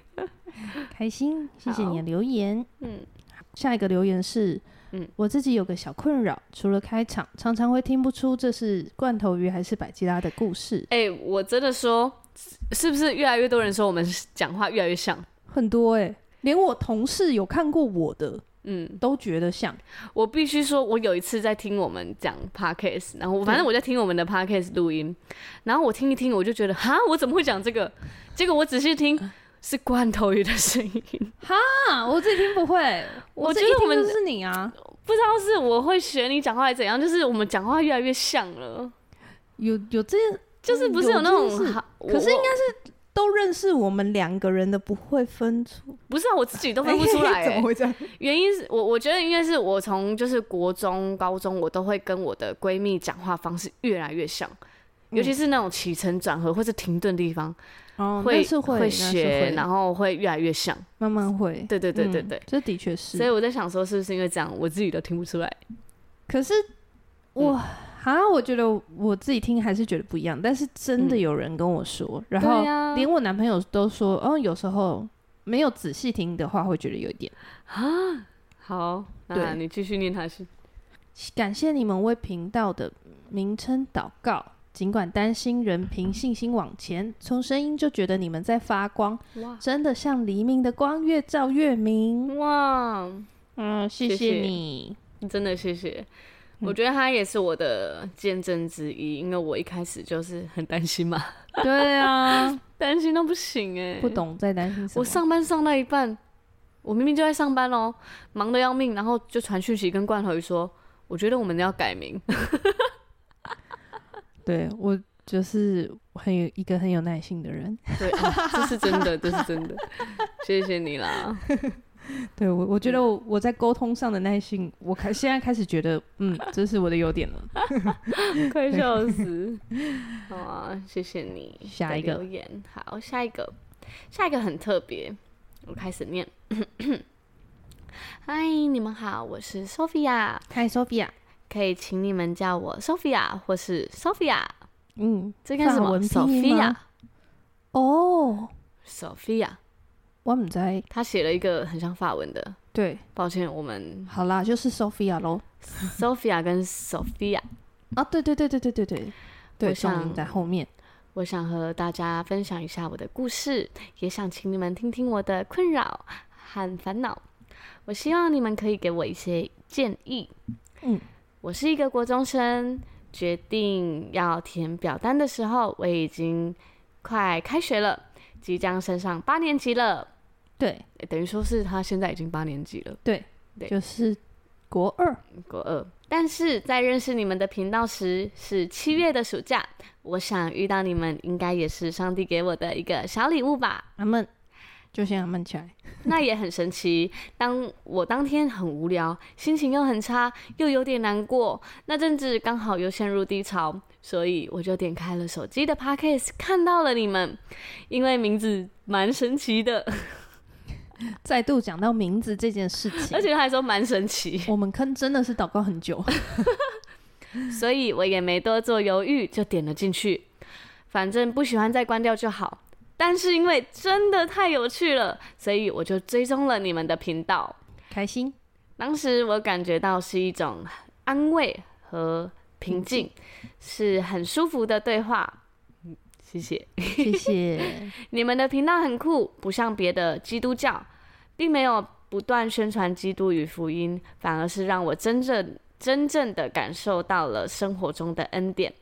Speaker 3: 开心。谢谢你的留言。
Speaker 2: 嗯，
Speaker 3: 下一个留言是，
Speaker 2: 嗯
Speaker 3: 我自己有个小困扰，除了开场，常常会听不出这是罐头鱼还是百吉拉的故事。
Speaker 2: 哎、我真的说，是不是越来越多人说我们讲话越来越像？
Speaker 3: 很多哎、连我同事有看过我的
Speaker 2: 嗯，
Speaker 3: 都觉得像，
Speaker 2: 我必须说，我有一次在听我们讲 podcast，然后我反正我在听我们的 podcast 录音，然后我听一听，我就觉得哈，我怎么会讲这个？结果我仔细听，
Speaker 3: 嗯
Speaker 2: 是罐头鱼的声音，
Speaker 3: 啊， 我自己听不会，
Speaker 2: 我
Speaker 3: 这
Speaker 2: 觉得
Speaker 3: 一听
Speaker 2: 我们
Speaker 3: 就是你啊
Speaker 2: 不知道是我会学你讲话还是怎样，就是我们讲话越来越像了，
Speaker 3: 有有这
Speaker 2: 就是不是有那
Speaker 3: 嗯有真的
Speaker 2: 种
Speaker 3: 是
Speaker 2: 好，我
Speaker 3: 可是应该都认识我们两个人的不会分出，
Speaker 2: 我不是啊，我自己都分不出来、
Speaker 3: 哎怎么
Speaker 2: 欸
Speaker 3: 会这样？
Speaker 2: 原因是我我觉得应该是我从就是国中、高中，我都会跟我的闺蜜讲话方式越来越像，
Speaker 3: 嗯
Speaker 2: 尤其是那种起承转合或是停顿地方，
Speaker 3: 哦，
Speaker 2: 会
Speaker 3: 那是会那是
Speaker 2: 学，
Speaker 3: 会
Speaker 2: 然后会越来越像。
Speaker 3: 慢慢会，
Speaker 2: 对对对对
Speaker 3: 嗯
Speaker 2: 对，
Speaker 3: 这的确
Speaker 2: 所以
Speaker 3: 是。
Speaker 2: 我在想说，是不是因为这样，我自己都听不出来？
Speaker 3: 可是我啊，我觉得我自己听还是觉得不一样，但是真的
Speaker 2: 嗯
Speaker 3: 有人跟我说，然
Speaker 2: 对
Speaker 3: 后
Speaker 2: 呀
Speaker 3: 连我男朋友都说，哦，有时候没有仔细听的话，会觉得有一点。
Speaker 2: 好，那
Speaker 3: 对
Speaker 2: 你继续念下去。
Speaker 3: 感谢你们为频道的名称祷告。尽管担心，仍凭信心往前。从声音就觉得你们在发光，
Speaker 2: 哇
Speaker 3: 真的像黎明的光，越照越明。
Speaker 2: 哇，
Speaker 3: 嗯，谢
Speaker 2: 谢谢
Speaker 3: 你。
Speaker 2: 真的谢谢。
Speaker 3: 嗯
Speaker 2: 我觉得他也是我的见证之一，因为我一开始就是很担心嘛，
Speaker 3: 对啊，
Speaker 2: 担心到不行哎、
Speaker 3: 不懂在担心什么。
Speaker 2: 我上班上到一半，我明明就在上班哦，忙得要命，然后就传讯息跟罐头鱼说，我觉得我们要改名。
Speaker 3: 对我就是很有一个很有耐心的人。
Speaker 2: 对、哦这是真的，这是真的，谢谢你啦。
Speaker 3: 对我，我觉得我我在沟通上的耐心，我开现在开始觉得，嗯，这是我的优点了。
Speaker 2: 快笑死！ 好啊，谢谢你。
Speaker 3: 下一个
Speaker 2: 留言，好，下一个，下一个很特别，我开始念。嗨，你们好，我是 Sophia，
Speaker 3: 嗨，Sophia，
Speaker 2: 可以请你们叫我 Sophia 或是 Sophia，
Speaker 3: 嗯，
Speaker 2: 这应该是什
Speaker 3: 法
Speaker 2: 么
Speaker 3: 文拼音吗哦，
Speaker 2: ？Sophia，Sophia，
Speaker 3: 我们在
Speaker 2: 他写了一个很像法文的，
Speaker 3: 对，
Speaker 2: 抱歉，我们
Speaker 3: 好啦，就是 Sophia 喽。
Speaker 2: Sophia 跟 Sophia，
Speaker 3: 啊，对对对对对对对，对，
Speaker 2: 我
Speaker 3: 重
Speaker 2: 想
Speaker 3: 音在后面。
Speaker 2: 我想和大家分享一下我的故事，也想请你们听听我的困扰和烦恼。我希望你们可以给我一些建议。
Speaker 3: 嗯，
Speaker 2: 我是一个国中生，决定要填表单的时候，我已经快开学了，即将升上八年级了。
Speaker 3: 对
Speaker 2: 诶等于说是他现在已经八年级了，
Speaker 3: 对，
Speaker 2: 对
Speaker 3: 就是国二。
Speaker 2: 国二。但是在认识你们的频道时是七月的暑假，我想遇到你们应该也是上帝给我的一个小礼物吧。
Speaker 3: 阿闷，就先阿闷起来。
Speaker 2: 那也很神奇。当我当天很无聊，心情又很差，又有点难过，那阵子刚好又陷入低潮，所以我就点开了手机的 podcast，看到了你们，因为名字蛮神奇的，
Speaker 3: 再度讲到名字这件事情，
Speaker 2: 而且他还说蛮神 奇，
Speaker 3: 我们坑真的是祷告很 久，
Speaker 2: 所以我也没多做犹豫，就点了进去。反正不喜欢再关掉就好。但是因为真的太有趣了，所以我就追踪了你们的频道。
Speaker 3: 开心。
Speaker 2: 当时我感觉到是一种安慰和平静，是很舒服的对话。嗯谢谢。
Speaker 3: 谢谢。
Speaker 2: 你们的频道很酷，不像别的基督教，并没有不断宣传基督与福音，反而是让我真正真正的感受到了生活中的恩典。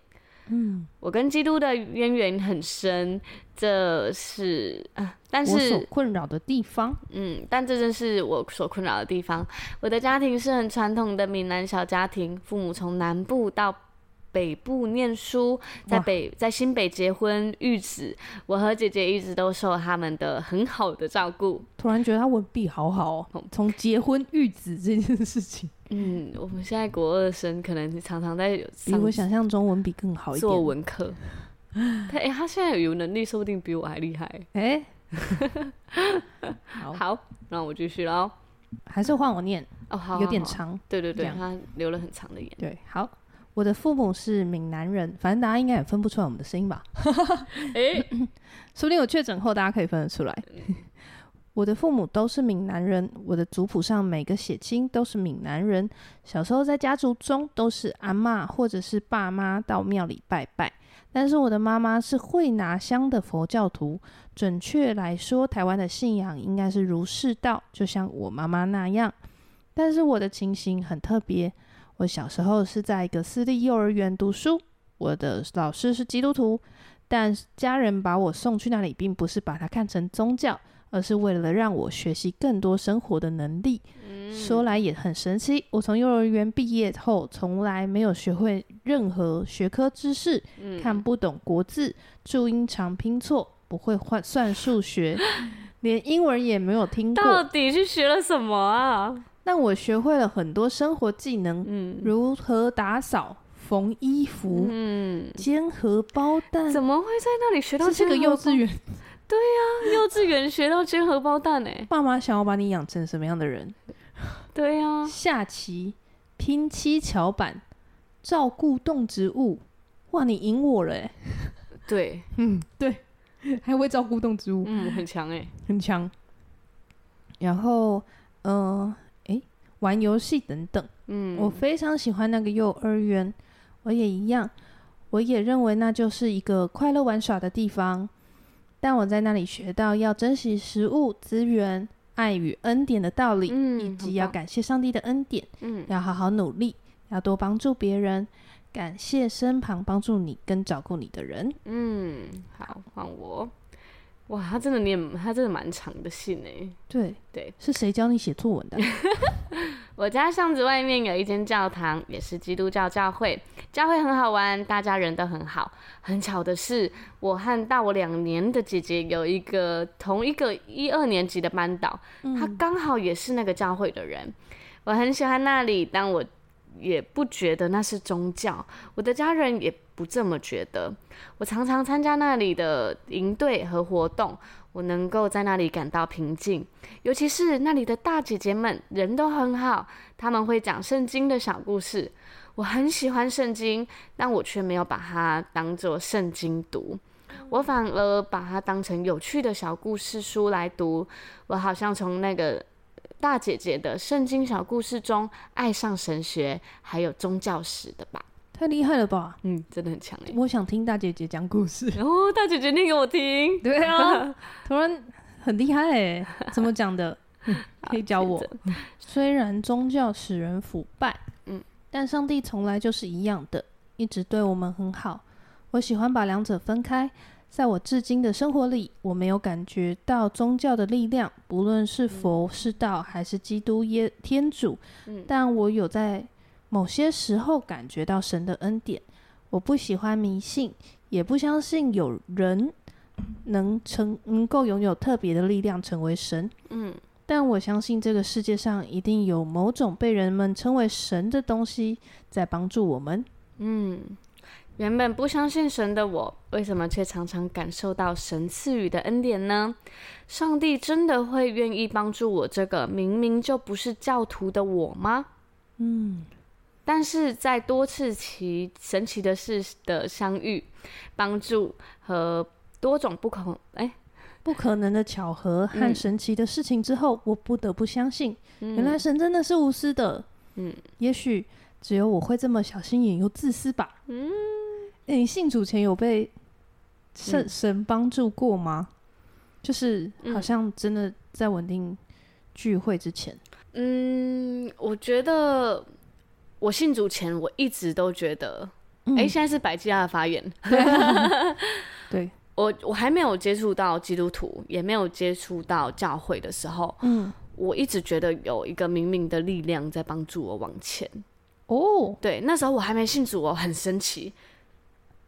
Speaker 2: 嗯，我跟基督的渊源很深，这是啊， 但
Speaker 3: 我所
Speaker 2: 是
Speaker 3: 困扰的地方，
Speaker 2: 嗯，但这正是我所困扰的地方。我的家庭是很传统的闽南小家庭，父母从南部到北部念书，在
Speaker 3: 哇
Speaker 2: 北在新北结婚育子。我和姐姐一直都受他们的很好的照顾。
Speaker 3: 突然觉得他文笔好好哦、从结婚育子这件 事情，
Speaker 2: 嗯，我们现在国二生可能常常在
Speaker 3: 比
Speaker 2: 上
Speaker 3: 我想象中文笔更好一点。
Speaker 2: 作文课。他哎、他现在有能力，说不定比我还厉害。
Speaker 3: 哎、好，
Speaker 2: 好，那我继续喽。
Speaker 3: 还是换我念，
Speaker 2: 哦，好，
Speaker 3: 有点
Speaker 2: 好。好
Speaker 3: 长。
Speaker 2: 对对对，
Speaker 3: 这样
Speaker 2: 他留了很长 的言。
Speaker 3: 对，好，我的父母是闽南人，反正大家应该也分不出来我们的声音吧？
Speaker 2: 哎、
Speaker 3: 说不定我确诊后大家可以分得出来。我的父母都是闽南人，我的族谱上每个血亲都是闽南人。小时候在家族中都是阿嬷或者是爸妈到庙里拜拜，但是我的妈妈是会拿香的佛教徒。准确来说，台湾的信仰应该是儒释道，就像我妈妈那样。但是我的情形很特别，我小时候是在一个私立幼儿园读书，我的老师是基督徒，但家人把我送去那里，并不是把它看成宗教，而是为了让我学习更多生活的能力。
Speaker 2: 嗯
Speaker 3: 说来也很神奇，我从幼儿园毕业后，从来没有学会任何学科知识，
Speaker 2: 嗯
Speaker 3: 看不懂国字、注音长拼错，不会换算数 学，连英文也没有听过。
Speaker 2: 到底去学了什么啊？
Speaker 3: 但我学会了很多生活技能，
Speaker 2: 嗯
Speaker 3: 如何打扫、缝衣服、
Speaker 2: 嗯，
Speaker 3: 煎荷包蛋。
Speaker 2: 怎么会在那里学到
Speaker 3: 这是
Speaker 2: 煎
Speaker 3: 个
Speaker 2: 荷
Speaker 3: 幼稚园，
Speaker 2: 包幼稚园学到煎荷包蛋呢、欸
Speaker 3: 爸妈想要把你养成什么样的人？
Speaker 2: 对呀、啊，
Speaker 3: 下棋、拼砌桥板、照顾动植物。哇，你赢我了欸！
Speaker 2: 对，
Speaker 3: 嗯，对，还会照顾动植物，
Speaker 2: 嗯，很强哎、
Speaker 3: 很强。然后，嗯、诶，玩游戏等等。
Speaker 2: 嗯，
Speaker 3: 我非常喜欢那个幼儿园，我也一样，我也认为那就是一个快乐玩耍的地方。但我在那里学到要珍惜食物资源、爱与恩典的道理，
Speaker 2: 嗯
Speaker 3: 以及
Speaker 2: 很
Speaker 3: 要
Speaker 2: 棒
Speaker 3: 感谢上帝的恩典，
Speaker 2: 嗯
Speaker 3: 要好好努力，要多帮助别人，感谢身旁帮助你跟照顾你的人。
Speaker 2: 嗯，好，换我。哇，他真的念，他真的蛮长的信哎、
Speaker 3: 对
Speaker 2: 对，
Speaker 3: 是谁教你写作文 的？
Speaker 2: 我家巷子外面有一间教堂，也是基督教教会。教会很好玩，大家人都很好。很巧的是，我和大我两年的姐姐有一个同一个一二年级的班导，她刚好也是那个教会的人。我很喜欢那里，但我也不觉得那是宗教，我的家人也不这么觉得。我常常参加那里的营队和活动，我能够在那里感到平静。尤其是那里的大姐姐们人都很好，她们会讲圣经的小故事。我很喜欢圣经，但我却没有把它当做圣经读，我反而把它当成有趣的小故事书来读。我好像从那个大姐姐的圣经小故事中爱上神学，还有宗教史的吧。
Speaker 3: 太厉害了吧！
Speaker 2: 嗯，真的很强哎。
Speaker 3: 我想听大姐姐讲故事。
Speaker 2: 然后哦大姐姐念给我听，
Speaker 3: 对啊，突然很厉害哎、 怎么讲的？ 可以教我
Speaker 2: 接着。
Speaker 3: 虽然宗教使人腐败，
Speaker 2: 嗯，
Speaker 3: 但上帝从来就是一样的，一直对我们很好。我喜欢把两者分开。在我至今的生活里，我没有感觉到宗教的力量，不论是佛、是道还是基督耶天主，
Speaker 2: 嗯
Speaker 3: 但我有在某些时候感觉到神的恩典。我不喜欢迷信，也不相信有人能成能够拥有特别的力量成为神。
Speaker 2: 嗯，
Speaker 3: 但我相信这个世界上一定有某种被人们称为神的东西在帮助我们。
Speaker 2: 嗯，原本不相信神的我，为什么却常常感受到神赐予的恩典呢？上帝真的会愿意帮助我这个明明就不是教徒的我吗？
Speaker 3: 嗯，
Speaker 2: 但是在多次奇神奇的事的相遇、帮助和多种不可哎，
Speaker 3: 不可能的巧合和
Speaker 2: 嗯
Speaker 3: 神奇的事情之后，我不得不相信，
Speaker 2: 嗯
Speaker 3: 原来神真的是无私的。
Speaker 2: 嗯，
Speaker 3: 也许只有我会这么小心眼又自私吧。
Speaker 2: 嗯
Speaker 3: 诶，你信主前有被神、
Speaker 2: 嗯
Speaker 3: 神帮助过吗？就是好像真的在稳定聚会之前，
Speaker 2: 嗯，我觉得我信主前，我一直都觉得，哎、
Speaker 3: 嗯
Speaker 2: 现在是百基亚的发言，
Speaker 3: 对，
Speaker 2: 我我还没有接触到基督徒，也没有接触到教会的时候，
Speaker 3: 嗯，
Speaker 2: 我一直觉得有一个冥冥的力量在帮助我往前。
Speaker 3: 哦，
Speaker 2: 对，那时候我还没信主，我很神奇，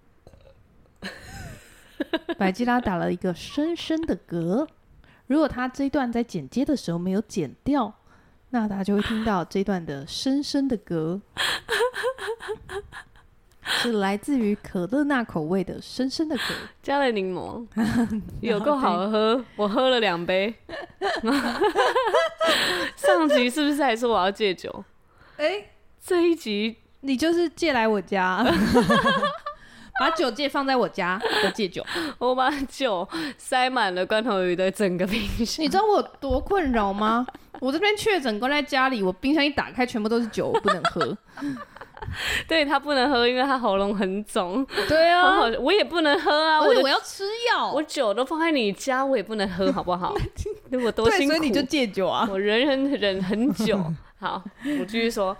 Speaker 3: 百基拉打了一个深深的嗝。如果他这一段在剪接的时候没有剪掉，那大家就会听到这一段的深深的 嗝，是来自于可乐那口味的深深的嗝。
Speaker 2: 加了柠 檬，有够好喝，我喝了两杯。 上集是不是还说我要戒酒？
Speaker 3: 哎、
Speaker 2: 这一集
Speaker 3: 你就是借来我 家，把酒借放在我家的借酒。
Speaker 2: 我把酒塞满了罐头鱼的整个冰箱。
Speaker 3: 你知道我有多困扰吗？我这边确诊关在家里，我冰箱一打开，全部都是酒，我不能喝。
Speaker 2: 对他不能喝，因为他喉咙很肿。
Speaker 3: 对啊
Speaker 2: 好好，我也不能喝啊，
Speaker 3: 而
Speaker 2: 我
Speaker 3: 且
Speaker 2: 的
Speaker 3: 我要吃药，
Speaker 2: 我酒都放在你家，我也不能喝，好不 好？那我多
Speaker 3: 对，
Speaker 2: 辛苦，
Speaker 3: 所以你就戒酒啊。
Speaker 2: 我忍忍忍很 久。好，我继续说。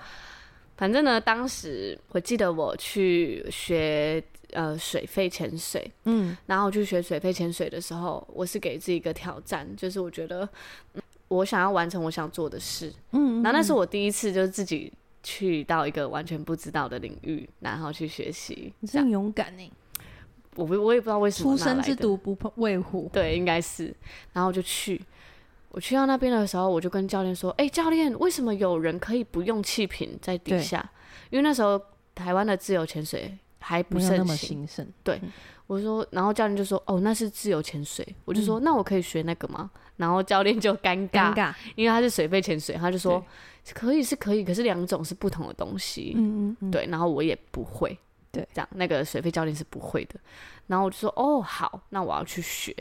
Speaker 2: 反正呢，当时我记得我去学呃水肺潜水，
Speaker 3: 嗯
Speaker 2: 然后我去学水肺潜水的时候，我是给自己一个挑战，就是我觉得嗯我想要完成我想做的事，
Speaker 3: 嗯
Speaker 2: 然后那是我第一次就是自己去到一个完全不知道的领域，然后去学习。
Speaker 3: 你
Speaker 2: 这样
Speaker 3: 真勇敢欸呢，
Speaker 2: 我不我也不知道为什么
Speaker 3: 出
Speaker 2: 哪
Speaker 3: 生
Speaker 2: 来
Speaker 3: 之
Speaker 2: 的，
Speaker 3: 犊不怕畏虎。
Speaker 2: 对，应该是。然后我就去，我去到那边的时候，我就跟教练说：“哎、教练，为什么有人可以不用气瓶在底
Speaker 3: 对
Speaker 2: 下？因为那时候台湾的自由潜水还不
Speaker 3: 没有那
Speaker 2: 盛
Speaker 3: 么
Speaker 2: 行。”
Speaker 3: 兴盛，
Speaker 2: 我说，然后教练就说：“哦，那是自由潜水。”我就说：“那我可以学那个吗？”然后教练就
Speaker 3: 嗯尴尬。
Speaker 2: 因为他是水肺潜水，他就说
Speaker 3: 对
Speaker 2: 可以是可以，可是两种是不同的东西。
Speaker 3: 嗯嗯嗯，
Speaker 2: 对，然后我也不会，
Speaker 3: 对，
Speaker 2: 这样那个水肺教练是不会的。然后我就说哦，好，那我要去学。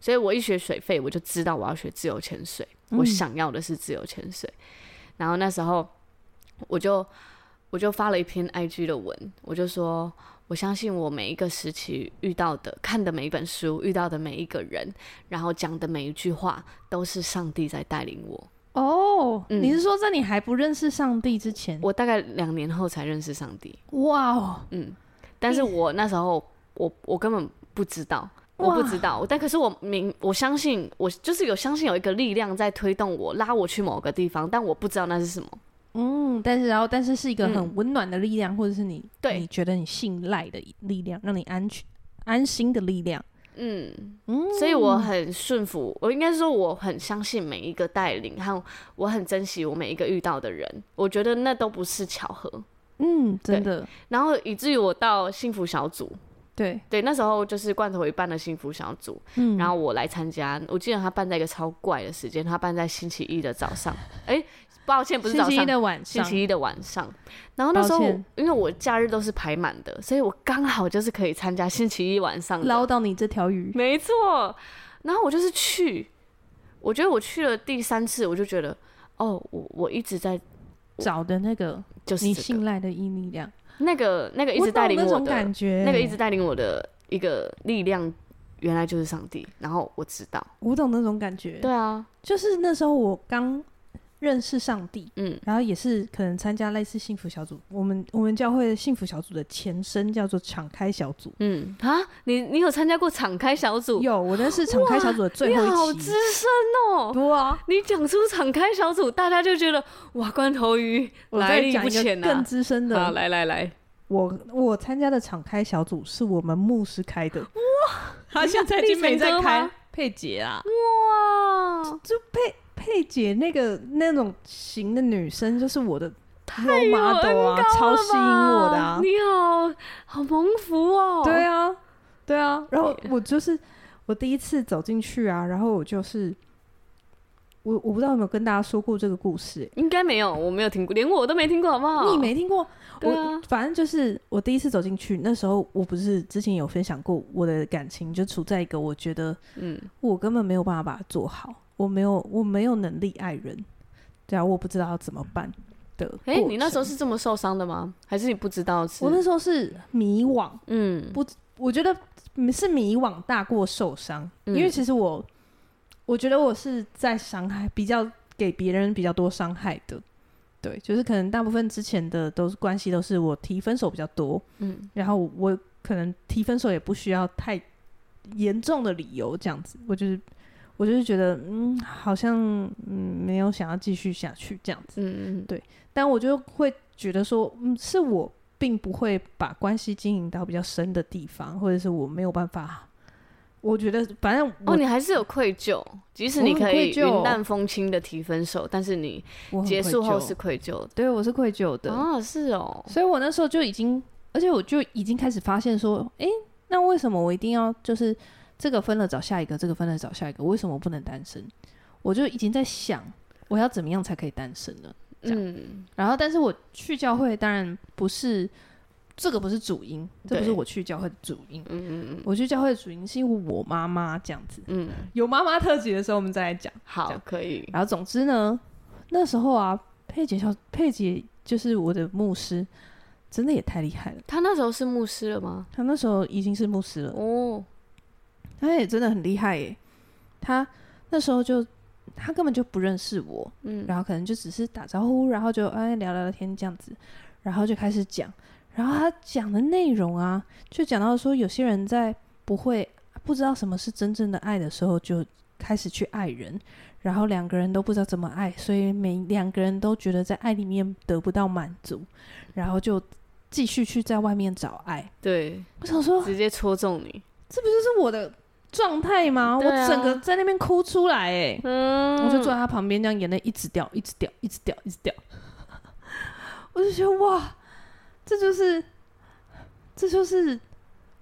Speaker 2: 所以我一学水肺，我就知道我要学自由潜水，我
Speaker 3: 嗯
Speaker 2: 想要的是自由潜水。然后那时候我就我就发了一篇 IG 的文，我就说。我相信我每一个时期遇到的、看的每一本书、遇到的每一个人，然后讲的每一句话，都是上帝在带领我。
Speaker 3: 哦，
Speaker 2: 嗯
Speaker 3: 你是说在你还不认识上帝之前？
Speaker 2: 我大概两年后才认识上帝，
Speaker 3: 哇哦，
Speaker 2: 嗯，但是我那时候我我根本不知道，我不
Speaker 3: 哇
Speaker 2: 知道，但可是我明我相信，我就是有相信有一个力量在推动我，拉我去某个地方，但我不知道那是什么。
Speaker 3: 嗯，但是然后但是是一个
Speaker 2: 嗯
Speaker 3: 很温暖的力量，或者是你
Speaker 2: 对
Speaker 3: 你觉得你信赖的力量，让你安全安心的力量。
Speaker 2: 嗯，
Speaker 3: 嗯，
Speaker 2: 所以我很顺服，我应该说我很相信每一个带领，和我很珍惜我每一个遇到的人，我觉得那都不是巧合。
Speaker 3: 嗯，真的
Speaker 2: 然后以至于我到幸福小组，
Speaker 3: 对，
Speaker 2: 对，那时候就是罐头鱼办的幸福小组，
Speaker 3: 嗯，
Speaker 2: 然后我来参加，我记得他办在一个超怪的时间，他办在星期一的早 上，哎、抱歉，不是
Speaker 3: 星
Speaker 2: 早上，
Speaker 3: 期一的晚
Speaker 2: 星
Speaker 3: 上，
Speaker 2: 期一的晚上。然后那时候
Speaker 3: 抱歉
Speaker 2: 因为我假日都是排满的，所以我刚好就是可以参加星期一晚上的
Speaker 3: 捞到你这条鱼。
Speaker 2: 没错，然后我就是去，我觉得我去了第三次，我就觉得，哦，我我一直在
Speaker 3: 找的那个
Speaker 2: 就是、
Speaker 3: 你
Speaker 2: 这个
Speaker 3: 信赖的一力量，
Speaker 2: 那个那个一直
Speaker 3: 懂
Speaker 2: 带领
Speaker 3: 那
Speaker 2: 我
Speaker 3: 种
Speaker 2: 的
Speaker 3: 感觉，
Speaker 2: 那个一直带领我的一个力量，原来就是上帝。然后我知道，
Speaker 3: 我懂那种感觉。
Speaker 2: 对，啊，
Speaker 3: 就是那时候我刚认识上帝，
Speaker 2: 嗯
Speaker 3: 然后也是可能参加类似幸福小组，我们我们教会的幸福小组的前身叫做敞开小组。
Speaker 2: 嗯啊，你你有参加过敞开小组？
Speaker 3: 有，我那是敞开小组的最
Speaker 2: 你
Speaker 3: 后
Speaker 2: 好
Speaker 3: 一
Speaker 2: 资
Speaker 3: 期。
Speaker 2: 深哦！
Speaker 3: 多啊！
Speaker 2: 你讲出敞开小组，大家就觉得哇，罐头鱼
Speaker 3: 我
Speaker 2: 来
Speaker 3: 再
Speaker 2: 历
Speaker 3: 讲
Speaker 2: 不
Speaker 3: 一个
Speaker 2: 浅啊
Speaker 3: 更！资深
Speaker 2: 好，
Speaker 3: 的，
Speaker 2: 来来 来，
Speaker 3: 我我参加的敞开小组是我们牧师开的，哇！他现在已
Speaker 2: 立
Speaker 3: 经没
Speaker 2: 成哥
Speaker 3: 在开
Speaker 2: 吗，
Speaker 3: 佩姐啊，
Speaker 2: 哇，
Speaker 3: 就佩佩佩姐那个那种型的女生，就是我的 role model 啊，
Speaker 2: 好
Speaker 3: 超
Speaker 2: 了
Speaker 3: 吸引我的
Speaker 2: 吧
Speaker 3: 啊。
Speaker 2: 你好好蒙福哦。
Speaker 3: 对啊，对啊。然后我就是我第一次走进去啊，然后我就是我我不知道有没有跟大家说过这个故事、欸
Speaker 2: 应该没有，我没有听过，连我都没听过，好不好？
Speaker 3: 你没听过？
Speaker 2: 对啊
Speaker 3: 我反正就是我第一次走进去，那时候我不是之前有分享过我的感情就处在一个我觉得
Speaker 2: 嗯，
Speaker 3: 我根本没有办法把它做好，我没有我没有能力爱人，对啊，我不知道要怎么办的过程。
Speaker 2: 哎、你那时候是这么受伤的吗？还是你不知道是？
Speaker 3: 我那时候是迷惘，
Speaker 2: 嗯
Speaker 3: 我觉得是迷惘大过受伤，
Speaker 2: 嗯
Speaker 3: 因为其实我我觉得我是在伤害比较给别人比较多伤害的，对，就是可能大部分之前的都是关系都是我提分手比较多，
Speaker 2: 嗯
Speaker 3: 然后我可能提分手也不需要太严重的理由，这样子，我就是我就是觉得，嗯，好像嗯没有想要继续下去这样子，
Speaker 2: 嗯嗯，
Speaker 3: 但我就会觉得说，嗯，是我并不会把关系经营到比较深的地方，或者是我没有办法，我觉得反正我、
Speaker 2: 哦，你还是有愧疚，即使
Speaker 3: 我
Speaker 2: 你
Speaker 3: 很
Speaker 2: 可以
Speaker 3: 愧疚
Speaker 2: 云淡风轻的提分手，但是你
Speaker 3: 我很
Speaker 2: 结
Speaker 3: 愧
Speaker 2: 束后
Speaker 3: 疚啊
Speaker 2: 是愧疚的。
Speaker 3: 对我是愧疚的，
Speaker 2: 哦，是哦，
Speaker 3: 所以我那时候就已经，而且我就已经开始发现说，诶，那为什么我一定要就是这个分了找下一个，这个分了找下一个，为什么我不能单身？我就已经在想，我要怎么样才可以单身呢？这样
Speaker 2: 嗯
Speaker 3: 然后，但是我去教会当然不是这个不是主因，这不是
Speaker 2: 对
Speaker 3: 我去教会的主因。
Speaker 2: 嗯嗯嗯
Speaker 3: 我去教会的主因是因为我妈妈这样子，
Speaker 2: 嗯，
Speaker 3: 有妈妈特辑的时候我们再来讲。这
Speaker 2: 好，
Speaker 3: 样
Speaker 2: 可以。
Speaker 3: 然后总之呢，那时候啊，佩姐小佩姐就是我的牧师，真的也太厉害了。
Speaker 2: 他那时候是牧师了吗？
Speaker 3: 她那时候已经是牧师了，
Speaker 2: 哦，
Speaker 3: 她也真的很厉害耶。她那时候就她根本就不认识我，
Speaker 2: 嗯
Speaker 3: 然后可能就只是打招呼，然后就哎聊聊天这样子，然后就开始讲，然后他讲的内容啊，就讲到说有些人在不会不知道什么是真正的爱的时候，就开始去爱人，然后两个人都不知道怎么爱，所以每两个人都觉得在爱里面得不到满足，然后就继续去在外面找爱。
Speaker 2: 对，
Speaker 3: 我想说，这
Speaker 2: 直接戳中你。
Speaker 3: 是我的状态吗？
Speaker 2: 对啊
Speaker 3: 我整个在那边哭出来、哎，
Speaker 2: 嗯，
Speaker 3: 我就坐在他旁边，这样眼泪一直掉，一直掉，一直掉，一直掉。 我就觉得哇，这就是，这就是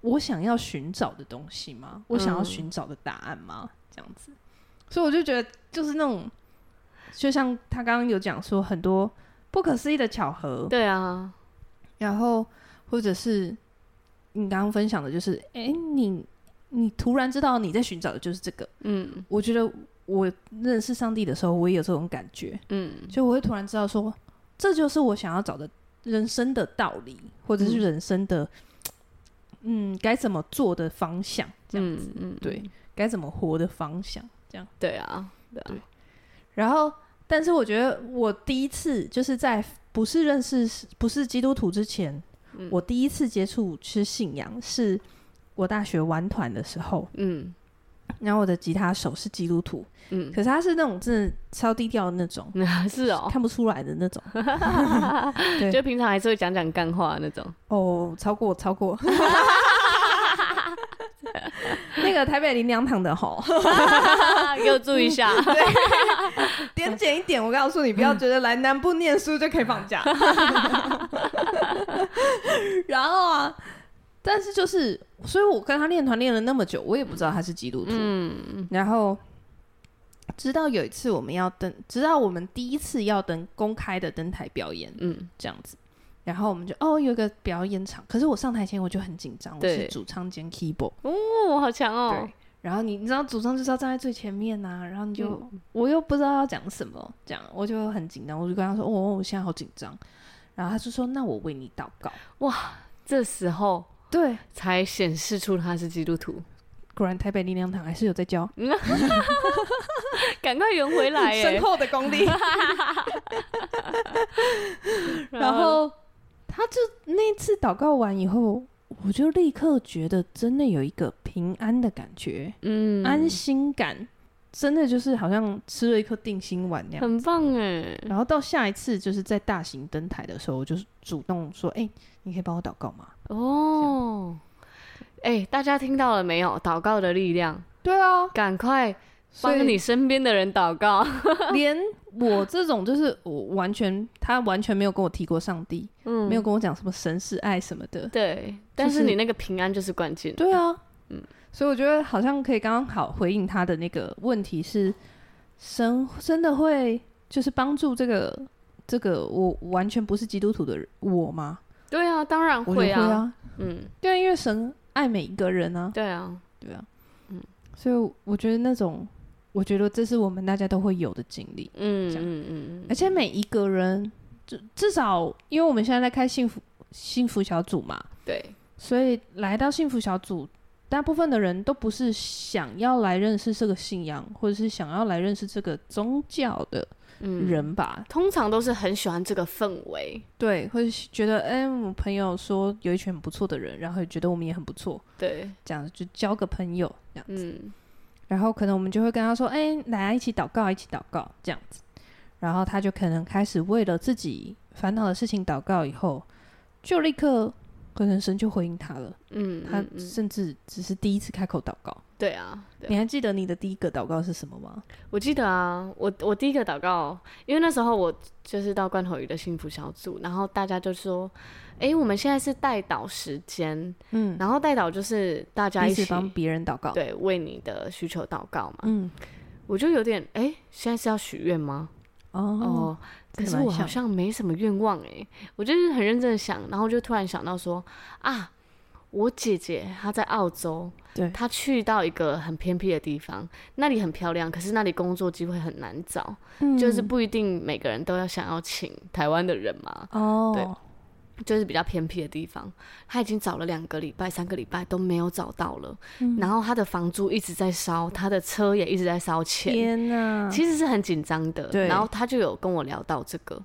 Speaker 3: 我想要寻找的东西吗？我想要
Speaker 2: 嗯
Speaker 3: 寻找的答案吗？这样子，所以我就觉得就是那种，就像他刚刚有讲说很多不可思议的巧合，
Speaker 2: 对啊，
Speaker 3: 然后或者是你刚刚分享的，就是哎、诶你你突然知道你在寻找的就是这个，
Speaker 2: 嗯
Speaker 3: 我觉得我认识上帝的时候，我也有这种感觉，
Speaker 2: 嗯
Speaker 3: 就我会突然知道说，这就是我想要找的人生的道理，或者是
Speaker 2: 嗯
Speaker 3: 人生的，嗯，该怎么做的方向，这样子，
Speaker 2: 嗯嗯，
Speaker 3: 对，该怎么活的方向，这样。
Speaker 2: 对啊，对啊
Speaker 3: 对然后，但是我觉得我第一次就是在不是认识不是基督徒之前，
Speaker 2: 嗯
Speaker 3: 我第一次接触是信仰，是我大学玩团的时候，
Speaker 2: 嗯
Speaker 3: 然后我的吉他手是基督徒，
Speaker 2: 嗯，
Speaker 3: 可是他是那种真的超低调的那种，
Speaker 2: 是哦，
Speaker 3: 看不出来的那种。对
Speaker 2: 就平常还是会讲讲干话那种。
Speaker 3: 哦，超过 超过。那个台北林良堂的吼，
Speaker 2: 给我注意一下。
Speaker 3: 点减一点，我告诉你，不要觉得来南部念书就可以放 假。然后啊，但是就是，所以我跟他练团练了那么久，我也不知道他是基督徒。
Speaker 2: 嗯，
Speaker 3: 然后直到有一次我们要登，直到我们第一次要登公开的登台表演，
Speaker 2: 嗯
Speaker 3: 这样子。然后我们就哦，有一个表演场，可是我上台前我就很紧张，我是
Speaker 2: 对
Speaker 3: 主唱兼 keyboard，
Speaker 2: 哦，好强哦
Speaker 3: 对。然后你你知道主唱就是要站在最前面呐、然后你就、
Speaker 2: 嗯
Speaker 3: 我又不知道要讲什么，这样我就很紧张，我就跟他说，哦，我现在好紧张。然后他就说，那我为你祷告。
Speaker 2: 这时候
Speaker 3: 对，
Speaker 2: 才显示出他是基督徒，
Speaker 3: 果然台北力量堂还是有在教，
Speaker 2: 赶快圆回来耶
Speaker 3: 深！厚的功力。
Speaker 2: 啊
Speaker 3: 然后他就那次祷告完以后，我就立刻觉得真的有一个平安的感觉，
Speaker 2: 嗯，
Speaker 3: 安心感，真的就是好像吃了一颗定心丸那样。
Speaker 2: 很棒哎。
Speaker 3: 然后到下一次就是在大型登台的时候，我就是主动说：“哎、你可以帮我祷告吗
Speaker 2: 哦，哎，大家听到了没有？祷告的力量，
Speaker 3: 对啊，
Speaker 2: 赶快
Speaker 3: 所
Speaker 2: 帮
Speaker 3: 以
Speaker 2: 你身边的人祷告。
Speaker 3: 连我这种就是我完全他完全没有跟我提过上帝，
Speaker 2: 嗯
Speaker 3: 没有跟我讲什么神是爱什么的。
Speaker 2: 对，但
Speaker 3: 就是
Speaker 2: 是你那个平安就是关键。
Speaker 3: 对啊，
Speaker 2: 嗯
Speaker 3: 所以我觉得好像可以刚刚好回应他的那个问题是，神真的会就是帮助这个这个我完全不是基督徒的人我吗？
Speaker 2: 对啊，当然
Speaker 3: 我觉得
Speaker 2: 会
Speaker 3: 啊，
Speaker 2: 啊，嗯，
Speaker 3: 对，因为神爱每一个人啊，
Speaker 2: 对啊，
Speaker 3: 对啊，
Speaker 2: 嗯，
Speaker 3: 所以我觉得那种，我觉得这是我们大家都会有的经历，
Speaker 2: 嗯
Speaker 3: 这样
Speaker 2: 嗯嗯
Speaker 3: 而且每一个人，至至
Speaker 2: 哦
Speaker 3: 少因为我们现在在开幸福幸福小组嘛，
Speaker 2: 嗯，对，
Speaker 3: 所以来到幸福小组，大部分的人都不是想要来认识这个信仰，或者是想要来认识这个宗教的
Speaker 2: 嗯，
Speaker 3: 人吧？
Speaker 2: 通常都是很喜欢这个氛围。
Speaker 3: 对，或者是觉得，哎、我朋友说有一群很不错的人，然后也觉得我们也很不错，
Speaker 2: 对，
Speaker 3: 这样就交个朋友这样子。
Speaker 2: 嗯，
Speaker 3: 然后可能我们就会跟他说：“哎，来啊一起祷告，一起祷告这样子。”然后他就可能开始为呃了自己烦恼的事情祷告，以后就立刻可能神就回应他了。
Speaker 2: 嗯，
Speaker 3: 他
Speaker 2: 嗯嗯
Speaker 3: 甚至只是第一次开口祷告。
Speaker 2: 对啊，对
Speaker 3: 你还记得你的第一个祷告是什么吗？
Speaker 2: 我记得啊，我我第一个祷告，因为那时候我就是到罐头鱼的幸福小组，然后大家就说，诶，我们现在是代祷时间，
Speaker 3: 嗯，
Speaker 2: 然后代祷就是大家
Speaker 3: 第
Speaker 2: 一
Speaker 3: 一次
Speaker 2: 起
Speaker 3: 帮别人祷告。，
Speaker 2: 对为你的需求祷告嘛，
Speaker 3: 嗯，
Speaker 2: 我就有点诶，现在是要许愿吗？
Speaker 3: 哦，
Speaker 2: 哦，
Speaker 3: 这
Speaker 2: 可
Speaker 3: 个
Speaker 2: 是
Speaker 3: 蛮
Speaker 2: 我好
Speaker 3: 像
Speaker 2: 像没什么愿望诶，我就是很认真的想，然后就突然想到说啊，我姐姐她在澳洲，
Speaker 3: 对
Speaker 2: 她去到一个很偏僻的地方，那里很漂亮，可是那里工作机会很难找，就是
Speaker 3: 嗯
Speaker 2: 不一定每个人都要想要请台湾的人嘛，
Speaker 3: 哦，
Speaker 2: 就是比较偏僻的地方，她已经找了两个礼拜、三个礼拜都没有找到了，
Speaker 3: 嗯
Speaker 2: 然后她的房租一直在烧，她的车也一直在烧钱，
Speaker 3: 天哪，
Speaker 2: 其实是很紧张的。
Speaker 3: 嗯对
Speaker 2: 然后他就有跟我聊到这个，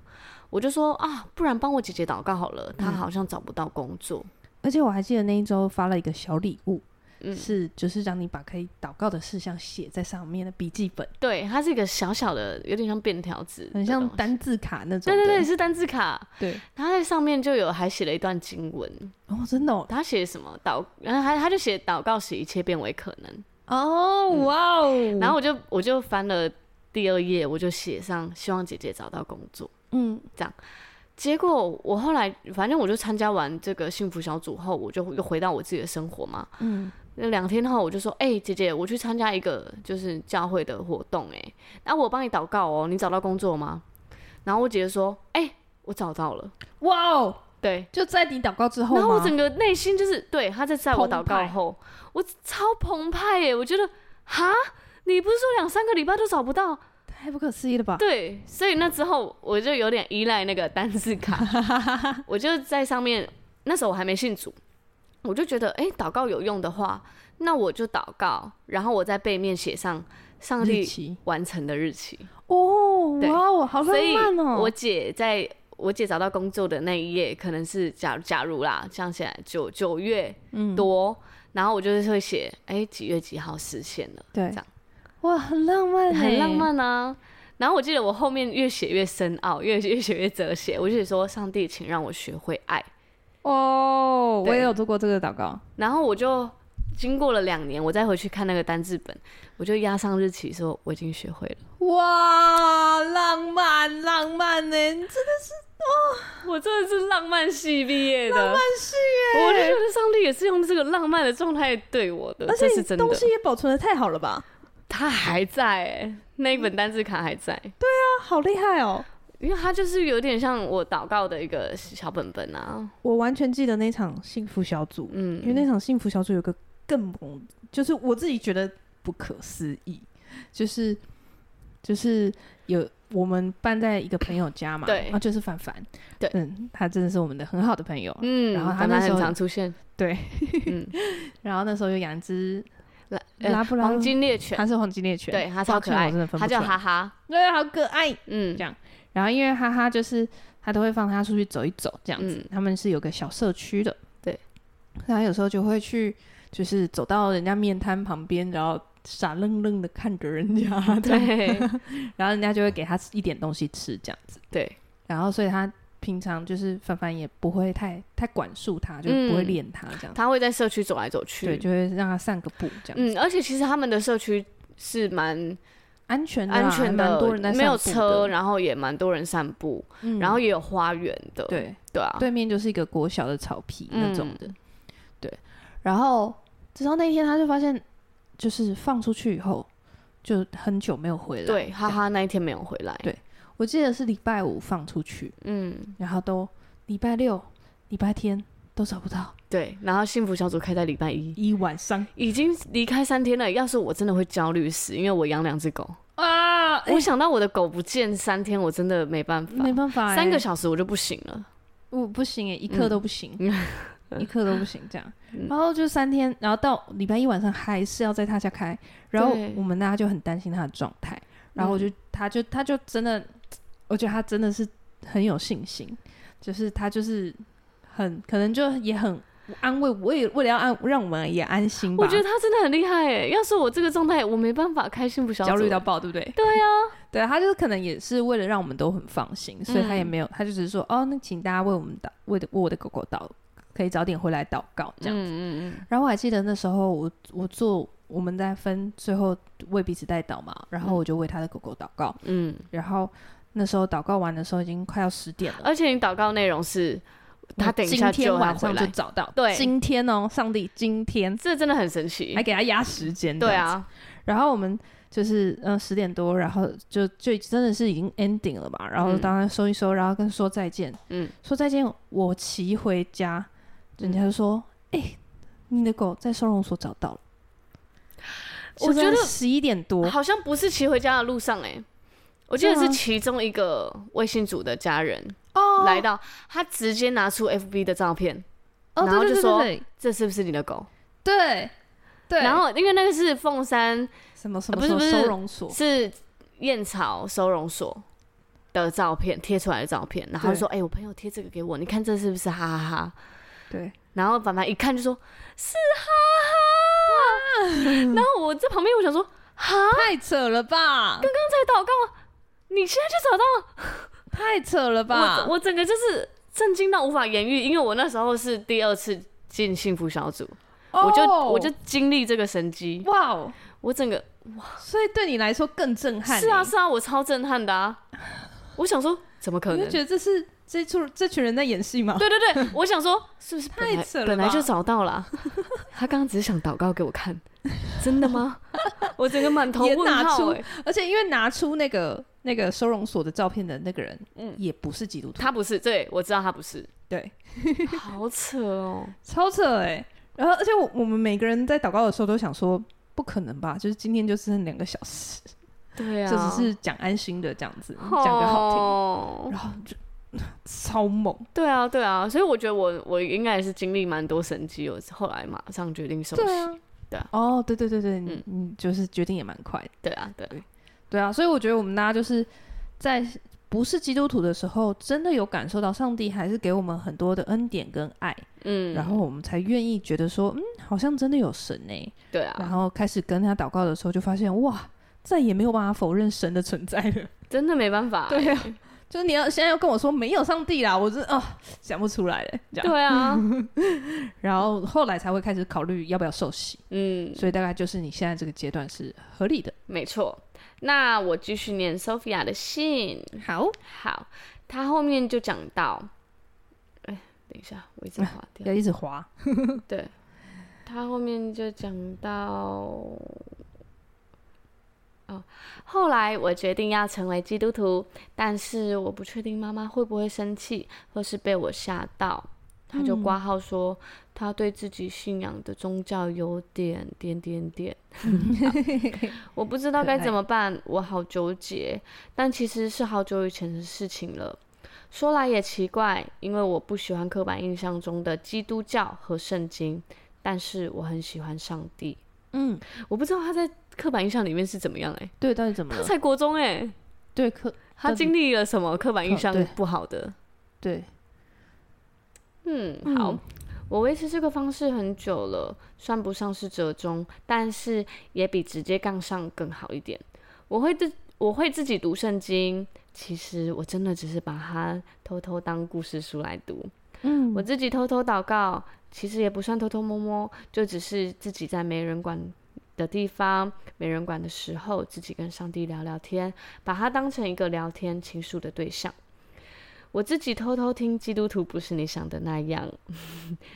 Speaker 2: 我就说啊，不然帮我姐姐祷告好了，
Speaker 3: 嗯
Speaker 2: 她好像找不到工作。
Speaker 3: 而且我还记得那一周发了一个小礼物，
Speaker 2: 嗯，
Speaker 3: 是就是让你把可以祷告的事项写在上面的笔记本。
Speaker 2: 对，它是一个小小的，有点像便条纸，
Speaker 3: 很像。单字卡那种
Speaker 2: 对
Speaker 3: 的。
Speaker 2: 对对，是单字卡，
Speaker 3: 对
Speaker 2: 他在上面就有还写了一段经文，
Speaker 3: 哦，真的哦，
Speaker 2: 他写什么祷，然后他他就写祷告使一切变为可能，
Speaker 3: 哦哇哦
Speaker 2: 然后我就我就翻了第二页，我就写上希望姐姐找到工作，
Speaker 3: 嗯
Speaker 2: 结果我后来反正我就参加完这个幸福小组后，我就又回到我自己的生活嘛，
Speaker 3: 嗯
Speaker 2: 那两天后，我就说：“哎、姐姐，我去参加一个就是教会的活动、哎，那我帮你祷告哦，你找到工作吗？”然后我姐姐说：“哎、我找到了。
Speaker 3: 哇哦，”
Speaker 2: 对，
Speaker 3: 就在你祷告之后
Speaker 2: 然后我
Speaker 3: 吗？
Speaker 2: 整个内心就是，对，她在在我
Speaker 3: 澎
Speaker 2: 祷告
Speaker 3: 湃
Speaker 2: 后，我超澎湃耶、我觉得，哈，你不是说两三个礼拜都找不到？
Speaker 3: 太不可思议了吧？
Speaker 2: 对，所以那之后我就有点依赖那个单字卡， 我就在上面。那时候我还没信主，我就觉得，哎、祷告有用的话，那我就祷告，然后我在背面写上上
Speaker 3: 日
Speaker 2: 帝
Speaker 3: 期
Speaker 2: 完成的日期。
Speaker 3: 哦，
Speaker 2: 对
Speaker 3: 哇哦，好浪
Speaker 2: 所以
Speaker 3: 漫哦！
Speaker 2: 我姐在我姐找到工作的那一页，可能是假如假如啦，这样起来九九月
Speaker 3: 嗯
Speaker 2: 多，然后我就是会写，哎、几月几号实现了。
Speaker 3: 对
Speaker 2: 这样，
Speaker 3: 哇，很浪漫，欸
Speaker 2: 很浪。漫啊。然后我记得我后面越写越深奥，越 越写越哲学。我就写说：“上帝，请让我学会爱。
Speaker 3: 哦，
Speaker 2: 对
Speaker 3: 我也有做过这个祷告，”
Speaker 2: 然后我就经过了两年，我再回去看那个单字本，我就压上日期说我已经学会了。
Speaker 3: 哇，浪漫浪漫呢，你真的
Speaker 2: 我真的是浪漫系毕业的，浪漫系
Speaker 3: 耶
Speaker 2: 我就觉得上帝也是用这个浪漫的状态对我的，
Speaker 3: 而且
Speaker 2: 这是
Speaker 3: 你
Speaker 2: 真的
Speaker 3: 东。西也保存的太好了吧？啊
Speaker 2: 他还在、欸，那一本单字卡还在，
Speaker 3: 啊，好厉害哦！
Speaker 2: 因为它就是有点像我祷告的一个小本本啊。
Speaker 3: 我完全记得那场幸福小组，因为
Speaker 2: 嗯，
Speaker 3: 那场幸福小组有个更猛，就是我自己觉得不可思议，就是就是有我们办在一个朋友家嘛，
Speaker 2: 对
Speaker 3: 啊，就是凡凡，
Speaker 2: 对
Speaker 3: 嗯，他真的是我们的很好的朋友，
Speaker 2: 嗯，
Speaker 3: 然后他
Speaker 2: 本
Speaker 3: 那
Speaker 2: 来
Speaker 3: 时
Speaker 2: 很
Speaker 3: 候
Speaker 2: 常出现，
Speaker 3: 对，
Speaker 2: 嗯，
Speaker 3: 然后那时候有养一只
Speaker 2: 拉
Speaker 3: 拉布拉多
Speaker 2: 黄金猎犬，
Speaker 3: 它是黄金猎犬，
Speaker 2: 对，它超
Speaker 3: 抱
Speaker 2: 可
Speaker 3: 歉
Speaker 2: 爱
Speaker 3: 我真的，分
Speaker 2: 它
Speaker 3: 不出
Speaker 2: 叫
Speaker 3: 来，
Speaker 2: 哈哈，
Speaker 3: 对，好可爱。
Speaker 2: 嗯
Speaker 3: 这样然后因为哈哈就是他都会放他出去走一走这样子，
Speaker 2: 嗯
Speaker 3: 他们是有个小社区的，
Speaker 2: 对，
Speaker 3: 然后有时候就会去就是走到人家面摊旁边，然后傻愣愣的看着人家， 这样，
Speaker 2: 对
Speaker 3: 然后人家就会给他一点东西吃这样子，
Speaker 2: 对，
Speaker 3: 然后所以他平常就是凡凡也不会太太管束他，就不会
Speaker 2: 嗯
Speaker 3: 练他这样子，
Speaker 2: 它会在社区走来走去，嗯
Speaker 3: 对，就会让他散个步这样子，
Speaker 2: 嗯，而且其实他们的社区是蛮
Speaker 3: 安全的啦，啊
Speaker 2: 安全
Speaker 3: 还
Speaker 2: 的，
Speaker 3: 蛮多人在
Speaker 2: 没有
Speaker 3: 散步
Speaker 2: 车，
Speaker 3: 的，
Speaker 2: 然后也蛮多人散步，
Speaker 3: 嗯
Speaker 2: 然后也有花园的，
Speaker 3: 对，
Speaker 2: 对啊，
Speaker 3: 对面就是一个国小的草皮
Speaker 2: 嗯
Speaker 3: 那种的，对。然后直到那一天，他就发现，就是放出去以后，就很久没有回来。
Speaker 2: 对，哈
Speaker 3: 这样，
Speaker 2: 哈，那一天没有回来，
Speaker 3: 对我记得是礼拜五放出去，
Speaker 2: 嗯，
Speaker 3: 然后都礼拜六、礼拜天都找不到，
Speaker 2: 对，然后幸福小组开在礼拜一，
Speaker 3: 一晚上
Speaker 2: 已经离开三天了。要是我真的会焦虑死，因为我养两只狗，
Speaker 3: 啊，
Speaker 2: 我想到我的狗不见三天，我真的没办法，
Speaker 3: 没办法欸、
Speaker 2: 三个小时我就不行了。
Speaker 3: 我不行哎、一刻都不行， 一刻都不行这样。
Speaker 2: 嗯
Speaker 3: 然后就三天，然后到礼拜一晚上还是要在他家开，然后
Speaker 2: 对嗯
Speaker 3: 我们大家就很担心他的状态，然后我就、他就他就真的，我觉得他真的是很有信心，就是他就是很可能就也很安慰，我也为了要安让我们也安心 吧，
Speaker 2: 我觉得他真的很厉害诶，要是我这个状态，我没办法开幸福小组，
Speaker 3: 焦虑到爆，对不对？对啊，对他就是可能也是为了让我们都很放心，所以他也没有，他就只是说，哦，那请大家为我们祷，为为我的狗狗祷，可以早点回来祷告这样子。
Speaker 2: 嗯嗯嗯，
Speaker 3: 然后我还记得那时候我我做我们在分最后为彼此代祷嘛，然后我就为他的狗狗祷告，
Speaker 2: 嗯，
Speaker 3: 然后那时候祷告完的时候已经快要十点了。
Speaker 2: 而且你祷告内容是，他等一下
Speaker 3: 今天
Speaker 2: 就还
Speaker 3: 晚
Speaker 2: 回
Speaker 3: 上就
Speaker 2: 来，
Speaker 3: 找到，
Speaker 2: 对
Speaker 3: 今天哦，上帝今天
Speaker 2: 这真的很神奇
Speaker 3: 还。给他压时间，
Speaker 2: 对，啊，
Speaker 3: 然后我们就是嗯十、0点多，然后就就真的是已经 ending 了吧，然后当然收一收，然后跟说再见，
Speaker 2: 嗯，
Speaker 3: 说再见，我骑回家，人家就说，哎、你的狗在收容所找到了，
Speaker 2: 我觉得
Speaker 3: 十一点多，
Speaker 2: 好像不是骑回家的路上诶，我记得
Speaker 3: 对
Speaker 2: 是
Speaker 3: 啊
Speaker 2: 其中一个微信组的家人
Speaker 3: 哦
Speaker 2: 来到，他直接拿出 FB 的照片，
Speaker 3: 哦，
Speaker 2: 然后
Speaker 3: 对
Speaker 2: 就
Speaker 3: 对
Speaker 2: 说
Speaker 3: 对
Speaker 2: 这是不是你的狗？
Speaker 3: 对对对，
Speaker 2: 然后因为那个是凤山
Speaker 3: 什么什
Speaker 2: 呃不
Speaker 3: 么
Speaker 2: 是
Speaker 3: 什么
Speaker 2: 不是
Speaker 3: 收容所，
Speaker 2: 是燕巢收容所的照片贴出来的照片，然后他就说：“哎、我朋友贴这个给我，你看这是不是？”哈哈哈。
Speaker 3: 对，
Speaker 2: 然后凡凡一看就说：“是哈哈。”然后我在旁边我想说：“哈，
Speaker 3: 太扯了吧，
Speaker 2: 在祷告，你现在就找到
Speaker 3: 太扯了吧，
Speaker 2: 我，我整个就是震惊到无法言喻，因为我那时候是第二次进幸福小组，我就
Speaker 3: 哦
Speaker 2: 我就经历这个神机，
Speaker 3: 哇哦，
Speaker 2: 我整个
Speaker 3: 所以对你来说更震撼欸，
Speaker 2: 是啊是啊，我超震撼的啊！我想说，怎么可
Speaker 3: 你
Speaker 2: 能
Speaker 3: 就？觉得这是这出这群人在演戏吗？
Speaker 2: 对对对，我想说，是不是本
Speaker 3: 太
Speaker 2: 来
Speaker 3: 扯了吧
Speaker 2: 本来就找到了啊？他刚刚只是想祷告给我看，真的吗？我整个满头
Speaker 3: 也
Speaker 2: 问
Speaker 3: 拿
Speaker 2: 号、
Speaker 3: 出
Speaker 2: 欸。
Speaker 3: 而且因为拿出那个那个收容所的照片的那个人，
Speaker 2: 嗯
Speaker 3: 也不是基督徒，
Speaker 2: 他不是，对我知道他不是，
Speaker 3: 对，
Speaker 2: 好扯哦。
Speaker 3: 超扯哎、然后，而且我我们每个人在祷告的时候都想说，不可能吧？就是今天就剩两个小时，
Speaker 2: 对啊，
Speaker 3: 这只是讲安心的这样子，讲
Speaker 2: 讲
Speaker 3: 个好
Speaker 2: 好
Speaker 3: 听，然后就超猛，
Speaker 2: 哦对啊，对啊，所以我觉得我我应该也是经历蛮多神迹，我后来马上决定收拾。
Speaker 3: 啊，
Speaker 2: 对啊
Speaker 3: 哦，对对对对，你
Speaker 2: 嗯
Speaker 3: 你就是决定也蛮快的，
Speaker 2: 对啊，对啊，
Speaker 3: 对啊，所以我觉得我们大家就是在不是基督徒的时候，真的有感受到上帝还是给我们很多的恩典跟爱。
Speaker 2: 嗯，
Speaker 3: 然后我们才愿意觉得说，嗯，好像真的有神欸呢、
Speaker 2: 对啊，
Speaker 3: 然后开始跟他祷告的时候，就发现哇，再也没有办法否认神的存在了。
Speaker 2: 真的没办法、
Speaker 3: 对啊，就是你要现在要跟我说没有上帝啦，我真啊、想不出来了。这样，
Speaker 2: 对啊，
Speaker 3: 然后后来才会开始考虑要不要受洗，
Speaker 2: 嗯，
Speaker 3: 所以大概就是你现在这个阶段是合理的。
Speaker 2: 没错。那我继续念 Sophia 的信。
Speaker 3: 好，
Speaker 2: 好，他后面就讲到，哎，等一下，我一直划 掉
Speaker 3: 要。一直滑。
Speaker 2: 对，他后面就讲到，哦，后来我决定要成为基督徒，但是我不确定妈妈会不会生气，或是被我吓到。他就挂号说，他对自己信仰的宗教有点点点点，我不知道该怎么办，我好纠结。但其实是好久以前的事情了。说来也奇怪，因为我不喜欢刻板印象中的基督教和圣经，但是我很喜欢上帝。
Speaker 3: 嗯，
Speaker 2: 我不知道他在刻板印象里面是怎么样哎、
Speaker 3: 对，到底怎么
Speaker 2: 他
Speaker 3: 了？
Speaker 2: 才国中哎、
Speaker 3: 对，可
Speaker 2: 他经历了什么刻板印象
Speaker 3: 哦对
Speaker 2: 不好的？
Speaker 3: 对，
Speaker 2: 嗯，好，我维持这个方式很久了，算不上是折中，但是也比直接杠上更好一点。我会自我会自己读圣经，其实我真的只是把它偷偷当故事书来读。
Speaker 3: 嗯
Speaker 2: 我自己偷偷祷告，其实也不算偷偷摸摸，就只是自己在没人管的地方、没人管的时候，自己跟上帝聊聊天，把它当成一个聊天倾诉的对象。我自己偷偷听，基督徒不是你想的那样。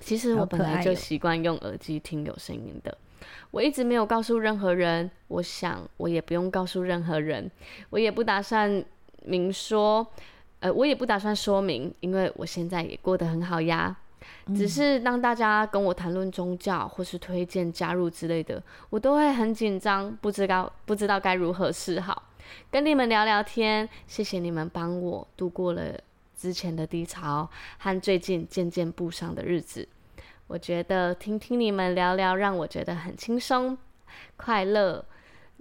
Speaker 2: 其实我
Speaker 3: 好可
Speaker 2: 本来
Speaker 3: 爱哦
Speaker 2: 就
Speaker 3: 哟
Speaker 2: 习惯用耳机听有声音的，我一直没有告诉任何人。我想我也不用告诉任何人，我也不打算明说，呃，我也不打算说明，因为我现在也过得很好呀。只是让大家跟我谈论宗教或是推荐加入之类的，我都会很紧张，不知道不知道该如何是好。跟你们聊聊天，谢谢你们帮我度过了之前的低潮和最近渐渐步上的日子。我觉得听听你们聊聊，让我觉得很轻松、快乐。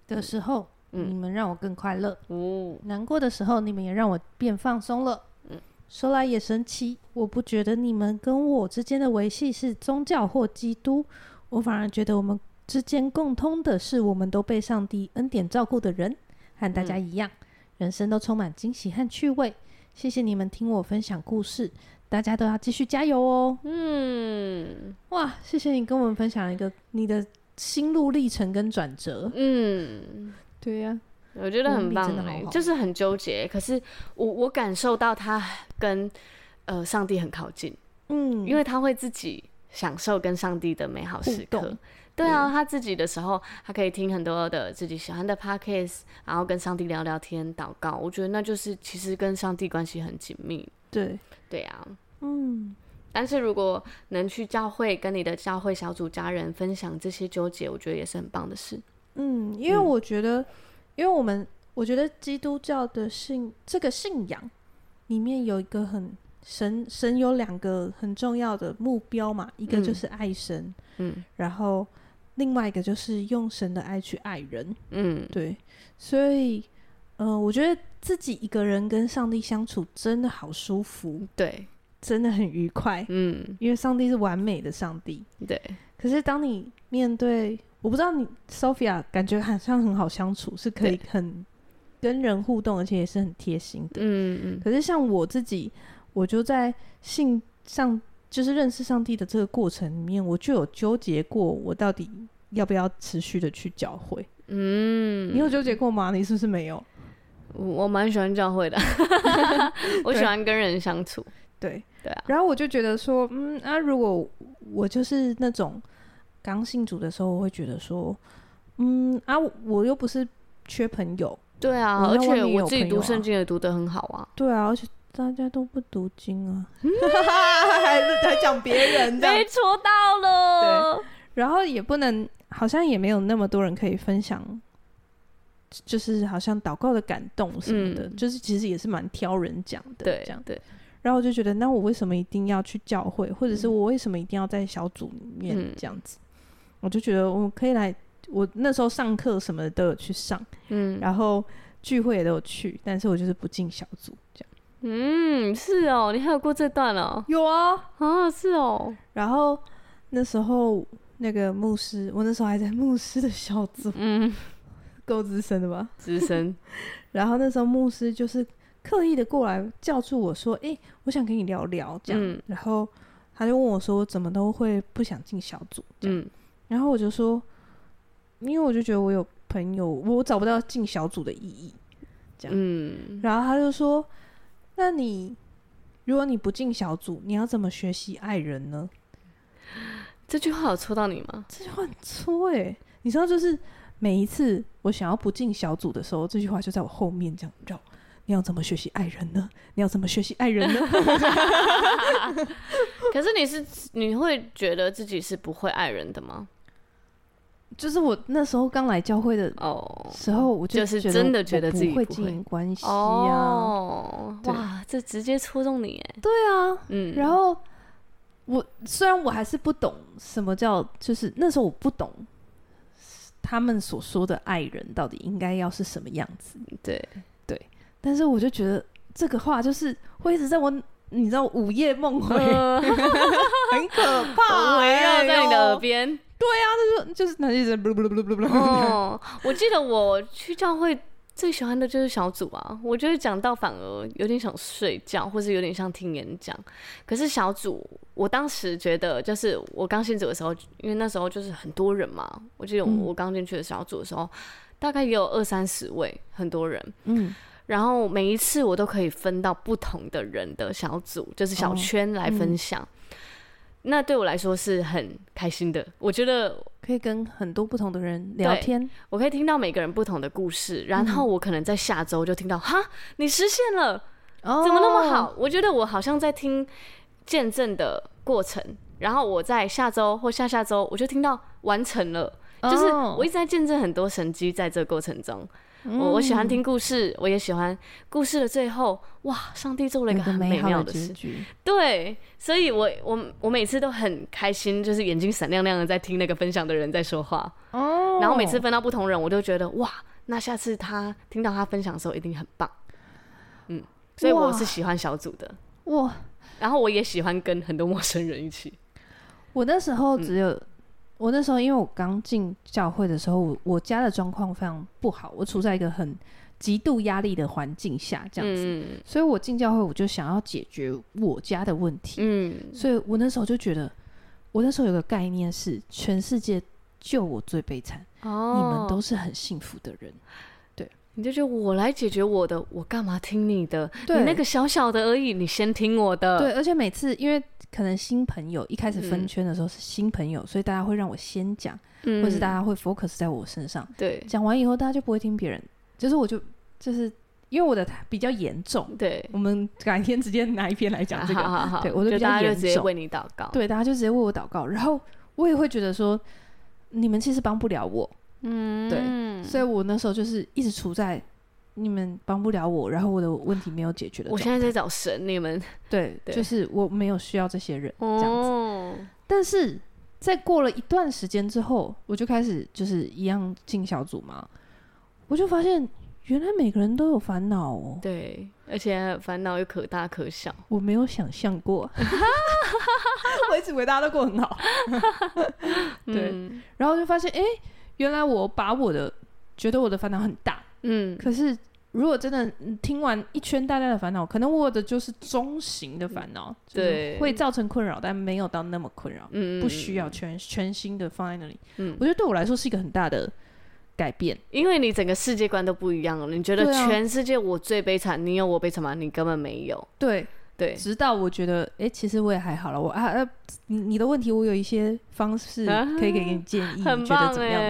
Speaker 3: 的时候，
Speaker 2: 嗯
Speaker 3: 你们让我更快乐；
Speaker 2: 哦，
Speaker 3: 难过的时候，你们也让我变放松了。
Speaker 2: 嗯
Speaker 3: 说来也神奇，我不觉得你们跟我之间的维系是宗教或基督，我反而觉得我们之间共通的是，我们都被上帝恩典照顾的人，和大家一样，
Speaker 2: 嗯
Speaker 3: 人生都充满惊喜和趣味。谢谢你们听我分享故事，大家都要继续加油哦！
Speaker 2: 嗯
Speaker 3: 哇，谢谢你跟我们分享一个你的心路历程跟转折。
Speaker 2: 嗯，
Speaker 3: 对呀、
Speaker 2: 我觉得很棒
Speaker 3: 文嗯笔真的
Speaker 2: 欸
Speaker 3: 好好
Speaker 2: 就是很纠结。可是我我感受到他跟呃上帝很靠近，
Speaker 3: 嗯，
Speaker 2: 因为他会自己享受跟上帝的美好时
Speaker 3: 互
Speaker 2: 刻
Speaker 3: 动。
Speaker 2: 对啊，他自己的时候，他可以听很多的自己喜欢的 podcast，然后跟上帝聊聊天、祷告。我觉得那就是其实跟上帝关系很紧密。
Speaker 3: 对，
Speaker 2: 对啊，
Speaker 3: 嗯，
Speaker 2: 但是如果能去教会跟你的教会小组家人分享这些纠结，我觉得也是很棒的事。
Speaker 3: 嗯，因为
Speaker 2: 嗯
Speaker 3: 我觉得，因为我们我觉得基督教的信这个信仰里面有一个很神神有两个很重要的目标嘛，一个
Speaker 2: 嗯
Speaker 3: 就是爱神，
Speaker 2: 嗯
Speaker 3: 然后另外一个就是用神的爱去爱人。
Speaker 2: 嗯，
Speaker 3: 对，所以，呃，我觉得自己一个人跟上帝相处真的好舒服，
Speaker 2: 对，
Speaker 3: 真的很愉快，
Speaker 2: 嗯
Speaker 3: 因为上帝是完美的上帝。
Speaker 2: 对，
Speaker 3: 可是当你面对，我不知道你 Sophia 感觉好像很好相处，是可以很跟人互动，而且也是很贴心的。
Speaker 2: 嗯嗯
Speaker 3: 可是像我自己，我就在信上就是认识上帝的这个过程里面，我就有纠结过，我到底要不要持续的去教会？
Speaker 2: 嗯，
Speaker 3: 你有纠结过吗？你是不是没有？
Speaker 2: 我我蛮喜欢教会的， 我喜欢跟人相处。
Speaker 3: 对
Speaker 2: 对啊
Speaker 3: 然后我就觉得说，嗯啊，如果我就是那种刚信主的时候，我会觉得说，嗯啊，我我又不是缺朋友，
Speaker 2: 对啊，
Speaker 3: 我
Speaker 2: 而
Speaker 3: 在外
Speaker 2: 且
Speaker 3: 面也
Speaker 2: 我
Speaker 3: 有
Speaker 2: 自己
Speaker 3: 朋
Speaker 2: 读
Speaker 3: 友啊
Speaker 2: 圣经也读得很好啊。
Speaker 3: 对啊，而且大家都不读经啊，还还讲别人这样
Speaker 2: 被戳到了。
Speaker 3: 然后也不能，好像也没有那么多人可以分享，就是好像祷告的感动什么的，
Speaker 2: 嗯
Speaker 3: 就是其实也是蛮挑人讲的，
Speaker 2: 对
Speaker 3: 这样。
Speaker 2: 对，
Speaker 3: 然后我就觉得，那我为什么一定要去教会，或者是我为什么一定要在小组里面
Speaker 2: 嗯
Speaker 3: 这样子？我就觉得我可以来，我那时候上课什么的都有去上，
Speaker 2: 嗯
Speaker 3: 然后聚会也都有去，但是我就是不进小组这样。
Speaker 2: 嗯，是哦，你还有过这段哦，
Speaker 3: 有啊，
Speaker 2: 啊，是哦，
Speaker 3: 然后那时候那个牧师，我那时候还在牧师的小组，
Speaker 2: 嗯，
Speaker 3: 够 资深的吧？
Speaker 2: 资深，
Speaker 3: 然后那时候牧师就是刻意的过来叫住我说：“诶，我想跟你聊聊。”这样，
Speaker 2: 嗯
Speaker 3: 然后他就问我说：“我怎么都会不想进小组？”这样，
Speaker 2: 嗯
Speaker 3: 然后我就说：“因为我就觉得我有朋友，我找不到进小组的意义。
Speaker 2: 嗯”
Speaker 3: 然后他就说：“那你如果你不进小组，你要怎么学习爱人呢
Speaker 2: 这句话有戳到你吗？？”
Speaker 3: 这句话很粗诶、欸你知道，就是每一次我想要不进小组的时候，这句话就在我后面这样绕。你要怎么学习爱人呢？你要怎么学习爱人呢？
Speaker 2: 可是你是你会觉得自己是不会爱人的吗？
Speaker 3: 就是我那时候刚来教会的
Speaker 2: 哦，
Speaker 3: 时候，我
Speaker 2: 就是
Speaker 3: 觉
Speaker 2: 真的
Speaker 3: 我
Speaker 2: 觉得自己
Speaker 3: 不会
Speaker 2: 不
Speaker 3: 经
Speaker 2: 会
Speaker 3: 营关系啊，
Speaker 2: 哦，
Speaker 3: 对
Speaker 2: 哇，这直接戳中你哎，
Speaker 3: 对啊。
Speaker 2: 嗯，
Speaker 3: 然后我虽然我还是不懂什么叫，就是那时候我不懂他们所说的爱人到底应该要是什么样子，
Speaker 2: 对，
Speaker 3: 但是我就觉得这个话就是会一直在我，你知道午夜梦 回，
Speaker 2: 呃
Speaker 3: 很可怕、哎
Speaker 2: 围绕在你的耳
Speaker 3: 边，
Speaker 2: 边。
Speaker 3: 就是那一直
Speaker 2: 哦，我记得我去教会最喜欢的就是小组啊，我觉得讲到反而有点想睡觉，或是有点像听演讲。可是小组，我当时觉得就是我刚进组的时候，因为那时候就是很多人嘛，我记得我
Speaker 3: 嗯
Speaker 2: 我刚进去的小组的时候，大概也有二三十位，很多人。
Speaker 3: 嗯，
Speaker 2: 然后每一次我都可以分到不同的人的小组，就是小
Speaker 3: 哦
Speaker 2: 圈来分享。那对我来说是很开心的，我觉得
Speaker 3: 可以跟很多不同的人聊
Speaker 2: 对
Speaker 3: 天，
Speaker 2: 我可以听到每个人不同的故事，然后我可能在下周就听到哈，你实现了，
Speaker 3: 哦，
Speaker 2: 怎么那么好？？我觉得我好像在听见证的过程，然后我在下周或下下周我就听到完成了，
Speaker 1: 哦
Speaker 2: 就是
Speaker 3: 哦
Speaker 2: 我一直在见证很多神迹在这个过程中。
Speaker 1: 嗯
Speaker 2: 我我喜欢听故事，我也喜欢故事的最后，哇，上帝做了一个
Speaker 3: 嗯有
Speaker 2: 很美
Speaker 3: 美好
Speaker 2: 妙的
Speaker 3: 的结
Speaker 2: 事，
Speaker 3: 局，
Speaker 2: 对，所以我我我每次都很开心，就是眼睛闪亮亮的在听那个分享的人在说话，
Speaker 3: 哦
Speaker 2: 然后每次分到不同人，我都觉得哇，那下次他听到他分享的时候一定很棒，嗯，所以我
Speaker 3: 哇
Speaker 2: 是喜欢小组的，
Speaker 3: 哇，
Speaker 2: 然后我也喜欢跟很多陌生人一起，
Speaker 3: 我那时
Speaker 2: 嗯
Speaker 3: 候只有、我那时候，因为我刚进教会的时候，我我家的状况非常不好，我处在一个很极度压力的环境下，这样子，
Speaker 2: 嗯
Speaker 3: 所以我进教会我就想要解决我家的问题，
Speaker 2: 嗯
Speaker 3: 所以我那时候就觉得，我那时候有个概念是，全世界就我最悲惨，
Speaker 2: 哦
Speaker 3: 你们都是很幸福的人，
Speaker 2: 你就觉得我来解决我的，我干嘛听你的？你
Speaker 3: 对
Speaker 2: 那个小小的而已，你先听我的，
Speaker 3: 对，而且每次因为可能新朋友一开始分圈的时候是新朋友，所以大家会让我先讲，
Speaker 2: 嗯
Speaker 3: 或是大家会 focus 在我身上。
Speaker 2: 对
Speaker 3: 讲完以后，大家就不会听别人。就是我就就是因为我的比较严重，
Speaker 2: 对，
Speaker 3: 我们改天直接拿一篇来讲这
Speaker 2: 好
Speaker 3: 个。
Speaker 2: 好好，
Speaker 3: 对我就
Speaker 2: 就
Speaker 3: 比较
Speaker 2: 大家就
Speaker 3: 严
Speaker 2: 直接
Speaker 3: 重
Speaker 2: 为你祷告，，
Speaker 3: 对，大家就直接为我祷告，然后我也会觉得说，你们其实帮不了我，
Speaker 2: 嗯，对，
Speaker 3: 所以我那时候就是一直处在你们帮不了我，然后我的问题没有解决的
Speaker 2: 我
Speaker 3: 状
Speaker 2: 现
Speaker 3: 态。
Speaker 2: 在在找神，你 们
Speaker 3: 对，
Speaker 2: 对
Speaker 3: 就是我没有需要这些人，
Speaker 2: 这
Speaker 3: 样子
Speaker 2: 子，
Speaker 3: 但是在过了一段时间之后，我就开始就是一样进小组嘛，我就发现原来每个人都有烦恼哦。
Speaker 2: 对，而且烦恼又可大可小，
Speaker 3: 我没有想象过， 我一直以为大家都过得很好，对
Speaker 2: 嗯
Speaker 3: 然后就发现，哎、原来我把我的觉得我的烦恼很大，
Speaker 2: 嗯，
Speaker 3: 可是如果真的嗯听完一圈大家的烦恼，可能我的就是中型的烦恼，就是
Speaker 2: 对
Speaker 3: 会造成困扰，但没有到那么困扰，
Speaker 2: 嗯，
Speaker 3: 不需要全全新的放在那里，
Speaker 2: 嗯
Speaker 3: 我觉得对我来说是一个很大的改变，
Speaker 2: 因为你整个世界观都不一样了。你觉得
Speaker 3: 对啊
Speaker 2: 全世界我最悲惨，你有我悲惨吗？你根本没有，
Speaker 3: 对，
Speaker 2: 对，
Speaker 3: 直到我觉得，哎、其实我也还好了，我啊啊，你你的问题我有一些方式可以给你建议，
Speaker 2: 很
Speaker 3: 你觉
Speaker 2: 棒
Speaker 3: 得怎么样呢？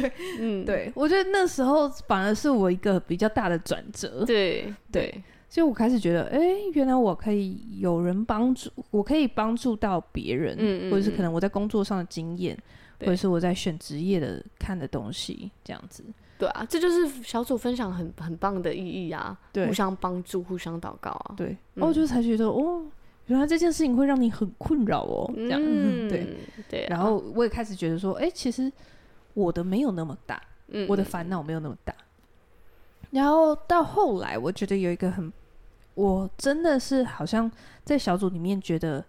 Speaker 2: 哎，嗯，
Speaker 3: 对，我觉得那时候反而是我一个比较大的转折，
Speaker 2: 对对，
Speaker 3: 所以我开始觉得，哎、原来我可以有人帮助，我可以帮助到别人，
Speaker 2: 嗯嗯
Speaker 3: 或者是
Speaker 2: 嗯
Speaker 3: 可能我在工作上的经验，或
Speaker 2: 对
Speaker 3: 者是我在选职业的看的东西，这样子。
Speaker 2: 对啊，这就是小组分享很很棒的意义啊，
Speaker 3: 对
Speaker 2: 互相帮助，互相祷告啊，
Speaker 3: 对，
Speaker 2: 嗯
Speaker 3: 然后我就才觉得，哦，原来这件事情会让你很困扰哦，这样、
Speaker 2: 嗯，
Speaker 3: 对。
Speaker 2: 对啊，
Speaker 3: 然后我也开始觉得说，哎、其实我的没有那么大，
Speaker 2: 嗯
Speaker 3: 我的
Speaker 2: 嗯
Speaker 3: 烦恼没有那么大。然后到后来，我觉得有一个很，我真的是好像在小组里面觉得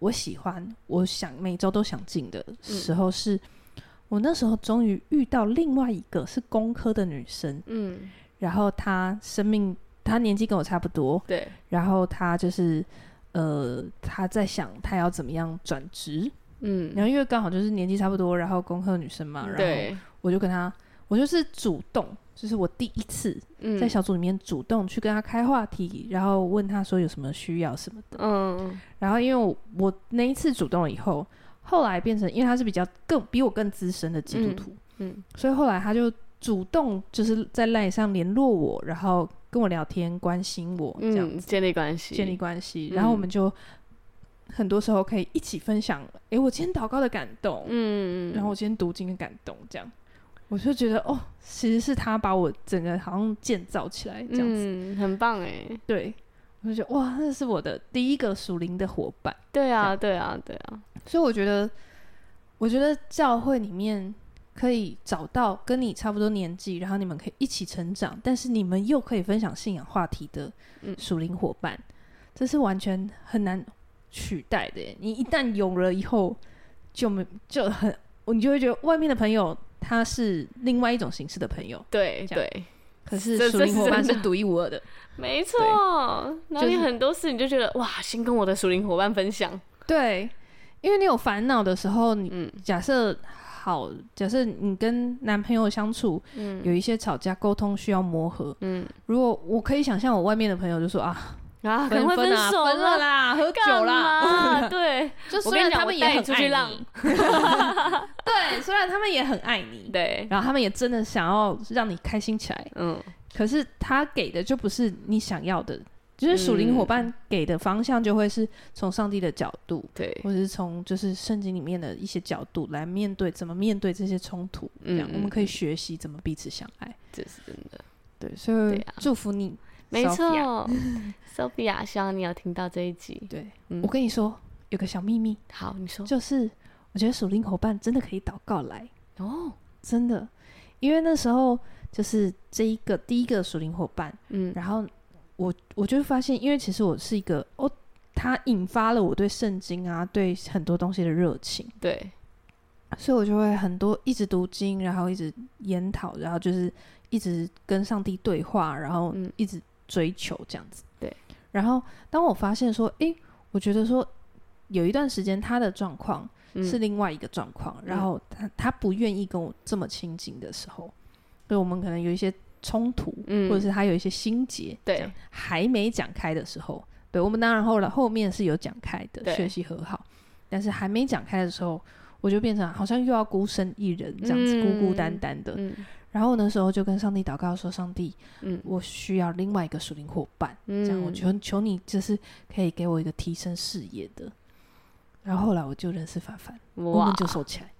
Speaker 3: 我喜欢，我想每周都想进的时
Speaker 2: 嗯
Speaker 3: 候是，我那时候终于遇到另外一个是工科的女生，
Speaker 2: 嗯，
Speaker 3: 然后她生命她年纪跟我差不多，
Speaker 2: 对，
Speaker 3: 然后她就是呃她在想她要怎么样转职，
Speaker 2: 嗯，
Speaker 3: 然后因为刚好就是年纪差不多，然后工科女生嘛，然后
Speaker 2: 对，
Speaker 3: 我就跟他，我就是主动，就是我第一次
Speaker 2: 嗯
Speaker 3: 在小组里面主动去跟他开话题，然后问他说有什么需要什么的。
Speaker 2: 嗯，
Speaker 3: 然后因为我我那一次主动了以后，后来变成因为他是比较更比我更资深的基督徒，
Speaker 2: 嗯
Speaker 3: 所以后来他就主动就是在赖上联络我，然后跟我聊天，关心我，这样
Speaker 2: 嗯，建立关系，
Speaker 3: 建立关系。
Speaker 2: 嗯
Speaker 3: 然后我们就很多时候可以一起分享，诶，我今天祷告的感动，
Speaker 2: 嗯，嗯，
Speaker 3: 然后我今天读经的感动，这样，我就觉得哦，其实是他把我整个好像建造起来这样子，
Speaker 2: 嗯，很棒哎，
Speaker 3: 对我就觉得哇，那是我的第一个属灵的伙伴，
Speaker 2: 对啊，对啊，对啊，
Speaker 3: 所以我觉得，我觉得教会里面可以找到跟你差不多年纪，然后你们可以一起成长，但是你们又可以分享信仰话题的
Speaker 2: 嗯
Speaker 3: 属灵伙伴，这是完全很难取代的耶。你一旦有了以后，就没就很，你就会觉得外面的朋友他是另外一种形式的朋友，
Speaker 2: 对
Speaker 3: 这样
Speaker 2: 对，
Speaker 3: 可是
Speaker 2: 这
Speaker 3: 属
Speaker 2: 这
Speaker 3: 灵
Speaker 2: 是
Speaker 3: 伙伴
Speaker 2: 真
Speaker 3: 是
Speaker 2: 的
Speaker 3: 独一无二的。
Speaker 2: 没错。然后
Speaker 3: 就
Speaker 2: 你
Speaker 3: 是
Speaker 2: 很多事你就觉得哇，先跟我的属灵伙伴分享，
Speaker 3: 对，因为你有烦恼的时候，你
Speaker 2: 嗯
Speaker 3: 假设好，假设你跟男朋友相处，
Speaker 2: 嗯
Speaker 3: 有一些吵架沟通需要磨合。
Speaker 2: 嗯
Speaker 3: 如果我可以想象，我外面的朋友就说啊，
Speaker 2: 啊，可
Speaker 3: 分
Speaker 2: 能会
Speaker 3: 分啊，
Speaker 2: 手
Speaker 3: 分了
Speaker 2: 了，
Speaker 3: 啦，喝酒
Speaker 2: 干
Speaker 3: 啦
Speaker 2: 嘛，。 对
Speaker 3: 就
Speaker 2: 我
Speaker 3: 虽
Speaker 2: 跟
Speaker 3: 然
Speaker 2: 你
Speaker 3: 他
Speaker 2: 讲，我
Speaker 3: 们也
Speaker 2: 带
Speaker 3: 很
Speaker 2: 你出去
Speaker 3: 爱
Speaker 2: 浪
Speaker 3: 你，，对， 虽然他们也很爱你，
Speaker 2: 对，
Speaker 3: 然后他们也真的想要让你开心起来，
Speaker 2: 嗯，
Speaker 3: 可是他给的就不是你想要的，就是属灵伙伴给的方向就会是从上帝的角度，
Speaker 2: 对，
Speaker 3: 或者是从就是圣经里面的一些角度来面对怎么面对这些冲突，这样
Speaker 2: 嗯
Speaker 3: 我们可以学习怎么彼此相爱。
Speaker 2: 这是真的，
Speaker 3: 对，所
Speaker 2: 对
Speaker 3: 以
Speaker 2: 啊
Speaker 3: 祝福你，
Speaker 2: 没
Speaker 3: Sophia
Speaker 2: 错。Sophia，希 望你有听到这一集。
Speaker 3: 对
Speaker 2: 嗯
Speaker 3: 我跟你说，有个小秘密，
Speaker 2: 好，你说
Speaker 3: 就是我觉得属灵伙伴真的可以祷告来。
Speaker 2: 哦，
Speaker 3: 真的，因为那时候就是这一个第一个属灵伙伴，
Speaker 2: 嗯
Speaker 3: 然后我我就发现，因为其实我是一个哦，它引发了我对圣经啊，对很多东西的热情，
Speaker 2: 对，
Speaker 3: 所以我就会很多一直读经，然后一直研讨，然后就是一直跟上帝对话，然后
Speaker 2: 嗯
Speaker 3: 一直追求这样子。
Speaker 2: 对，
Speaker 3: 然后当我发现说，诶，我觉得说有一段时间他的状况。
Speaker 2: 嗯
Speaker 3: 是另外一个状况。然
Speaker 2: 嗯
Speaker 3: 后他他不愿意跟我这么亲近的时候，对我们可能有一些冲突，
Speaker 2: 嗯
Speaker 3: 或者是他有一些心结，
Speaker 2: 对
Speaker 3: 这样还没讲开的时候，对我们当然后来后面是有讲开的，
Speaker 2: 对
Speaker 3: 学习和好，但是还没讲开的时候。我就变成好像又要孤身一人这样子，孤孤单
Speaker 2: 嗯
Speaker 3: 单的。
Speaker 2: 嗯
Speaker 3: 然后那时候就跟上帝祷告说：“上帝，
Speaker 2: 嗯
Speaker 3: 我需要另外一个属灵伙伴。”
Speaker 2: 嗯
Speaker 3: 这样我求求你，就是可以给我一个提升视野的。然后后来我就认识凡凡，我
Speaker 2: 哇
Speaker 3: 们就收起来，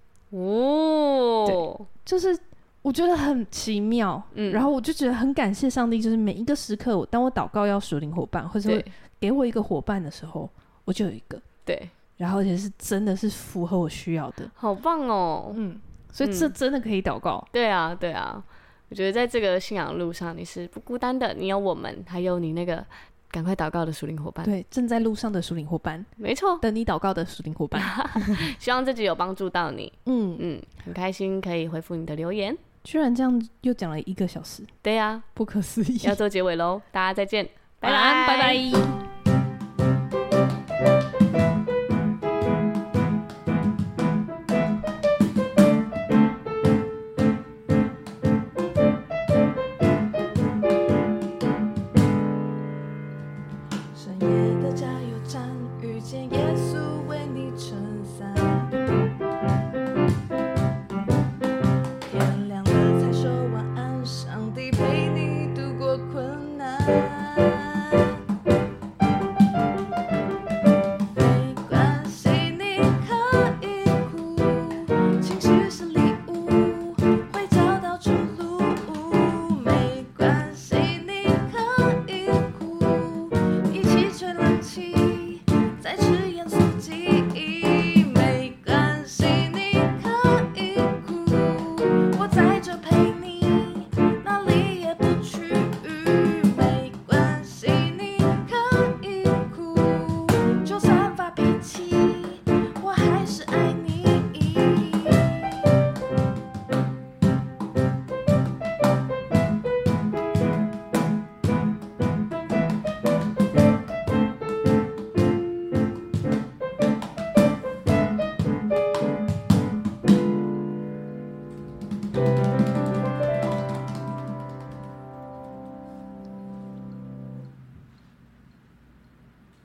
Speaker 2: 哦，
Speaker 3: 就是我觉得很奇妙，
Speaker 2: 嗯
Speaker 3: 然后我就觉得很感谢上帝，就是每一个时刻我，当我祷告要属灵伙伴，或者
Speaker 2: 对
Speaker 3: 会给我一个伙伴的时候，我就有一个，
Speaker 2: 对，
Speaker 3: 然后而且是真的是符合我需要的，
Speaker 2: 好棒哦，
Speaker 3: 嗯，所以这
Speaker 2: 嗯
Speaker 3: 真的可以祷告，
Speaker 2: 对啊，对啊，我觉得在这个信仰路上你是不孤单的，你有我们，还有你那个赶快祷告的属灵伙伴，
Speaker 3: 对，正在路上的属灵伙伴，
Speaker 2: 没错，
Speaker 3: 等你祷告的属灵伙伴，
Speaker 2: 希望自己有帮助到你，
Speaker 3: 嗯，
Speaker 2: 嗯，很开心可以回复你的留言，
Speaker 3: 居然这样又讲了一个小时，
Speaker 2: 对 啊，
Speaker 3: 不可思议，
Speaker 2: 要做结尾喽，大家再见，拜
Speaker 3: 晚安，拜
Speaker 2: 拜
Speaker 3: 拜。
Speaker 4: 深夜的加油站，遇见耶稣为你撑伞。天亮了才说晚安，上帝陪你度过困难。